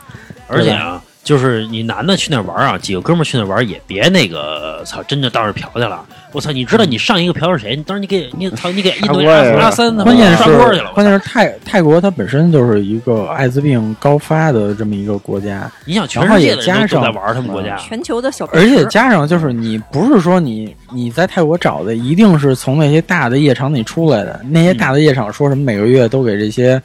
S7: 而且啊，就是你男的去那玩儿啊，几个哥们儿去那玩儿也别那个操，真的到那儿嫖去了。我操，你知道
S8: 嗯
S7: 你上一个嫖是谁？你当时你给你操你给印
S6: 杀
S7: 度
S6: 锅呀
S7: 人拉三的，
S8: 关键
S7: 刷锅去
S8: 是
S7: 了。
S8: 关键是泰泰国它本身就是一个艾滋病高发的这么一个国家，
S7: 你想全
S8: 然后
S7: 世界
S8: 也
S7: 的
S8: 加
S7: 人都在
S8: 上
S7: 玩儿他们国
S3: 啊
S7: 家，
S4: 全球的小白
S8: 而且
S4: 池
S8: 加上就是你不是说你你在泰国找的一定是从那些大的夜场里出来的，那些大的夜场说什么每个月都给这些。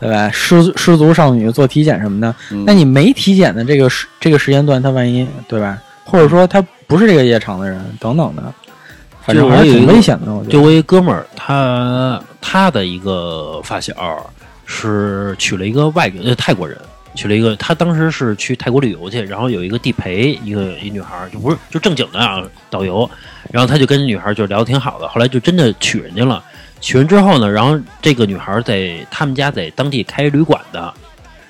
S8: 对吧？失失足少女做体检什么的，
S6: 嗯
S8: 那你没体检的这个时这个时间段，他万一对吧？或者说他不是这个夜场的人，等等的，反正
S7: 就我
S8: 还是
S7: 有一
S8: 挺
S7: 个
S8: 危险的。我觉得
S7: 就我一哥们儿，他他的一个呃发小是娶了一个外国呃泰国人，娶了一个他当时是去泰国旅游去，然后有一个地陪一个呃一女孩儿，就不是就正经的啊导游，然后他就跟女孩儿就聊得挺好的，后来就真的娶人家了。娶人之后呢，然后这个女孩儿在他们家在当地开旅馆的，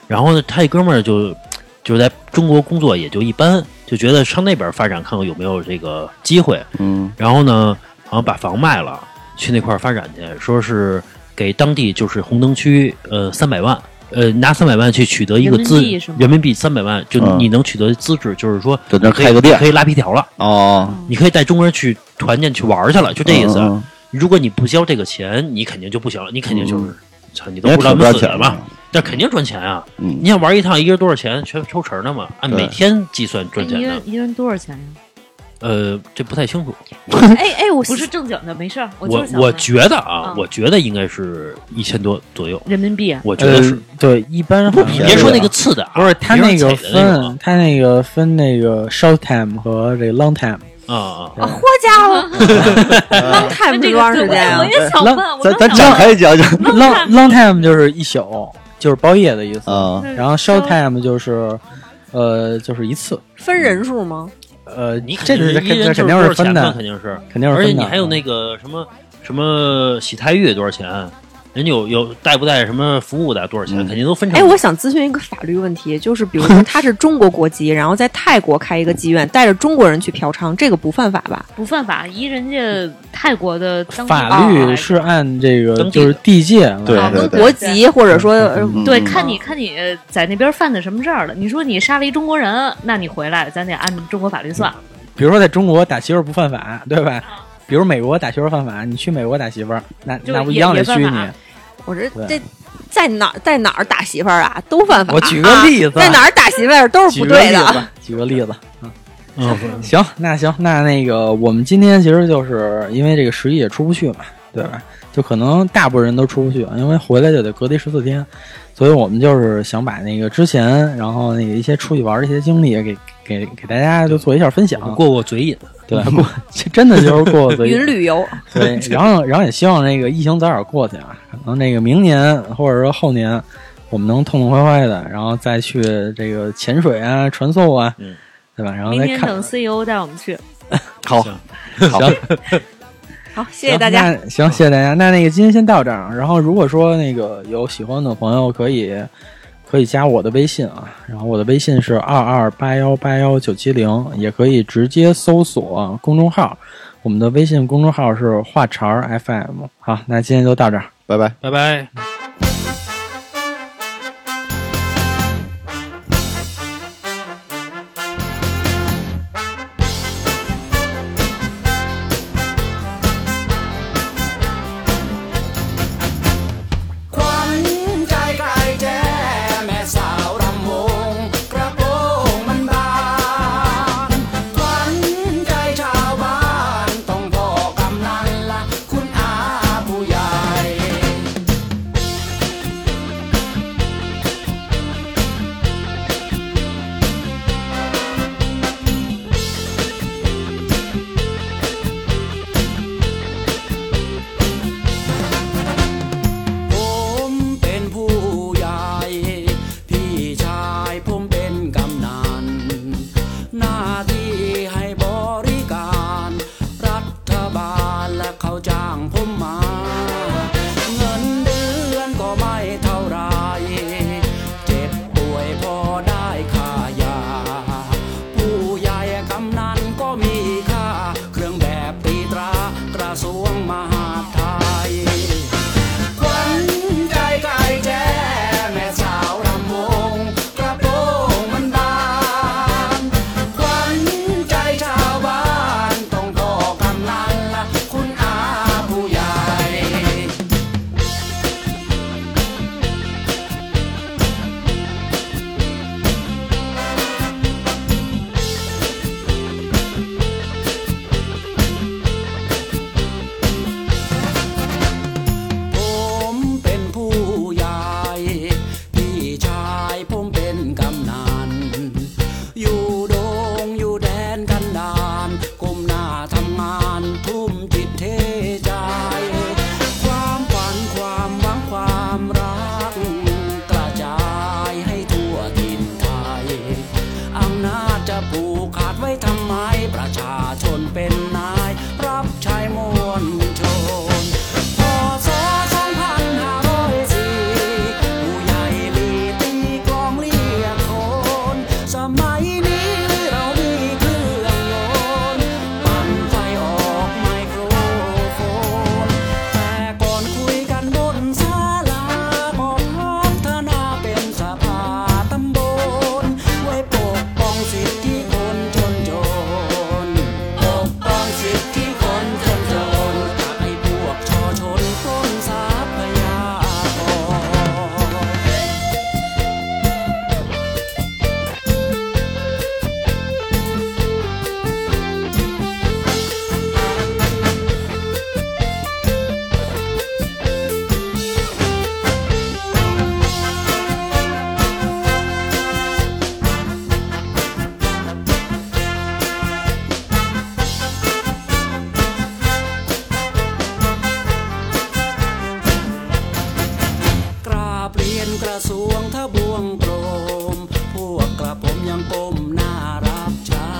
S7: 然后呢，他这哥们儿就就是在中国工作也就一般，就觉得上那边儿发展看看有没有这个机会。
S6: 嗯
S7: 然后呢，好像把房卖了，去那块儿发展去，说是给当地就是红灯区呃三百万，呃拿三百万去取得一个资
S3: 人民币是吗
S7: 人民币三百万，就
S6: 嗯
S7: 你能取得资质，就是说
S6: 在那儿
S7: 可以
S6: 开个店
S7: 可以拉皮条了，
S6: 哦，
S7: 你可以带中国人去团建去玩儿去了，就这意思。
S6: 嗯，嗯
S7: 如果你不交这个钱，你肯定就不行了，你肯定就是。操，你
S6: 嗯
S7: 都
S6: 也
S7: 不知道
S6: 挺
S7: 怎么
S6: 赚
S7: 死的
S6: 钱
S7: 嘛，，但肯定赚钱啊！
S6: 嗯
S7: 你，想玩一趟，一个人多少钱？全抽成的嘛，按
S6: 对
S7: 每天计算
S3: 那
S7: 赚
S3: 哎一
S7: 钱
S3: 人
S7: 的。
S3: 一人多少钱呀？
S7: 呃，这不太清楚。
S4: 哎哎，我
S3: 不是正经的，没事儿，就
S7: 我
S3: 是想
S7: 我
S3: 问
S7: 觉得啊，
S3: 嗯
S7: 我觉得应该是一千多左右，
S3: 人民币啊，
S7: 我觉得
S8: 呃
S7: 是。，
S8: 对，一般好像
S7: 你
S6: 便宜
S7: 别说
S6: 了
S7: 那个次的啊，
S8: 不是他
S7: 别
S8: 那
S7: 说
S8: 个
S7: 踩的那
S8: 分，他那个分那个 short time 和这个 long time。
S7: 啊啊啊，
S4: 啊，嚯家伙，long time 是多长时间
S3: 那这个对我
S4: 啊？
S3: 也想问，我
S6: 咱
S3: 刚
S6: 咱
S3: 想
S6: 展
S3: 问
S6: 开讲讲
S8: long long time 就是一宿，就是包夜的意思。
S6: 啊，
S8: 然后 short time 就是，呃，就是一次。
S4: 分人数吗？
S8: 呃，
S7: 你肯
S8: 这
S7: 定
S8: 个
S7: 是一人
S8: 这肯
S7: 就
S8: 定
S7: 多
S8: 是
S7: 少
S8: 分
S7: 钱嘛
S8: 的
S7: 肯，定是，
S8: 肯定是
S7: 而且
S8: 分的。嗯
S7: 你还有那个什么什么洗泰浴多少钱，人有有带不带什么服务的多少钱，
S6: 嗯
S7: 肯定都分成。
S4: 哎，我想咨询一个法律问题，就是比如说他是中国国籍，然后在泰国开一个妓院，带着中国人去嫖娼，这个不犯法吧？
S3: 不犯法，依人家泰国的当地
S8: 法
S3: 法哎
S8: 律
S3: 来
S8: 是按这
S7: 啊当
S8: 个
S7: 地
S8: 就是地界来
S6: 对
S8: 的
S6: 对
S4: 跟
S6: 对
S4: 国籍或者说呃
S6: 嗯
S3: 对，
S6: 嗯
S3: 看你看你呃在那边犯的什么事儿了。你说你杀了一中国人，那你回来咱得按中国法律算。
S8: 比如说在中国打媳妇儿不犯法，对吧？比如美国打媳妇儿犯法，你去美国打媳妇儿，那
S3: 就
S8: 那不
S3: 也
S8: 一样得
S3: 也
S8: 拘
S3: 犯
S8: 你
S3: 法。
S4: 我这
S8: 对
S4: 这在哪儿在哪儿打媳妇儿啊，都犯法。
S8: 我举个例子
S4: 啊在哪儿打媳妇儿都是
S8: 举
S4: 不
S8: 个
S4: 对
S8: 例
S4: 的。
S8: 子，举个例子。
S7: 嗯，
S8: 行，那行，那那个我们今天其实就是因为这个十一也出不去嘛，对吧？就可能大部分人都出不去，因为回来就得隔离十四天，所以我们就是想把那个之前，然后那个一些出去玩的一些经历也给给给大家就做一下分享。
S7: 过过嘴瘾，
S8: 对，过真的就是过嘴瘾
S4: 云旅游，
S8: 对，然后然后也希望那个疫情早点过去啊，可能那个明年或者说后年，我们能痛痛快快的，然后再去这个潜水啊、传送啊，
S7: 嗯
S8: 对吧？然后
S3: 明
S8: 再
S3: 天
S8: 看
S3: 等 CEO 带我们去。
S8: 好，
S7: 行
S8: 好，
S4: 好，谢谢大家。
S8: 那行，谢谢大家。那那个今天先到这儿，啊然后如果说那个有喜欢的朋友可以可以加我的微信啊，然后我的微信是二二八幺八幺九七零，也可以直接搜索公众号，我们的微信公众号是话茬儿 FM。好，那今天就到这儿。
S6: 拜拜。
S7: 拜拜。
S1: ขวัญใจใครแจ้แม่สาวรำวงกระโปรงมันบานขวัญใจชาวบ้านต้องพ่อกำนันละคุณอาผู้ใหญ่ ผมเป็นผู้ใหญ่ พี่ชายผมเป็นกำนัน หน้าที่ให้บริการ รัฐบาลและเขาจ้างผมมา เงินเดือนก็ไม่เท่าไหรเจ็บป่วยพอได้ค่ายา ผู้ใหญ่กำนันก็มีค่า เครื่องแบบตีตรากระทรวงมหาดไทย ขวัญใจไก่แจ้แม่สาวรำวงกระโปรงมันบานขวัญใจชาวบ้านต้องพ่อกำนันละคุณอาผู้ใหญ่ ผมเป็นผู้ใหญ่ พี่ชายผมเป็นกำนัน อยู่ดงอยู่แดนกันดานก้มหน้าทำงานทุ่มจิตเทใจ ความฝันความหวังความรัก กระจายให้ทั่วถิ่นไทย อำนาจจะผูกขาดไว้ทำไม ประชาชนเป็นนาย รับใช้มวลชน พศ2504ผู้ใหญ่ลีตีกลองเรียกคน สมัยนี้เรามีเครื่องยนต์ปั่นไฟออกไมโครโฟน แต่ก่อนคุยกันบนศาลาก่อนพัฒนาเป็นสภาตำบล ไว้ปกป้องสิทธิคนจนจน ปกป้องสิทธิคนจนจนให้พวกชอชนต้นทรัพยากร กราบเรียนกระทรวงทบวงกรม พวกกระผมยังก้มหน้ารับใช้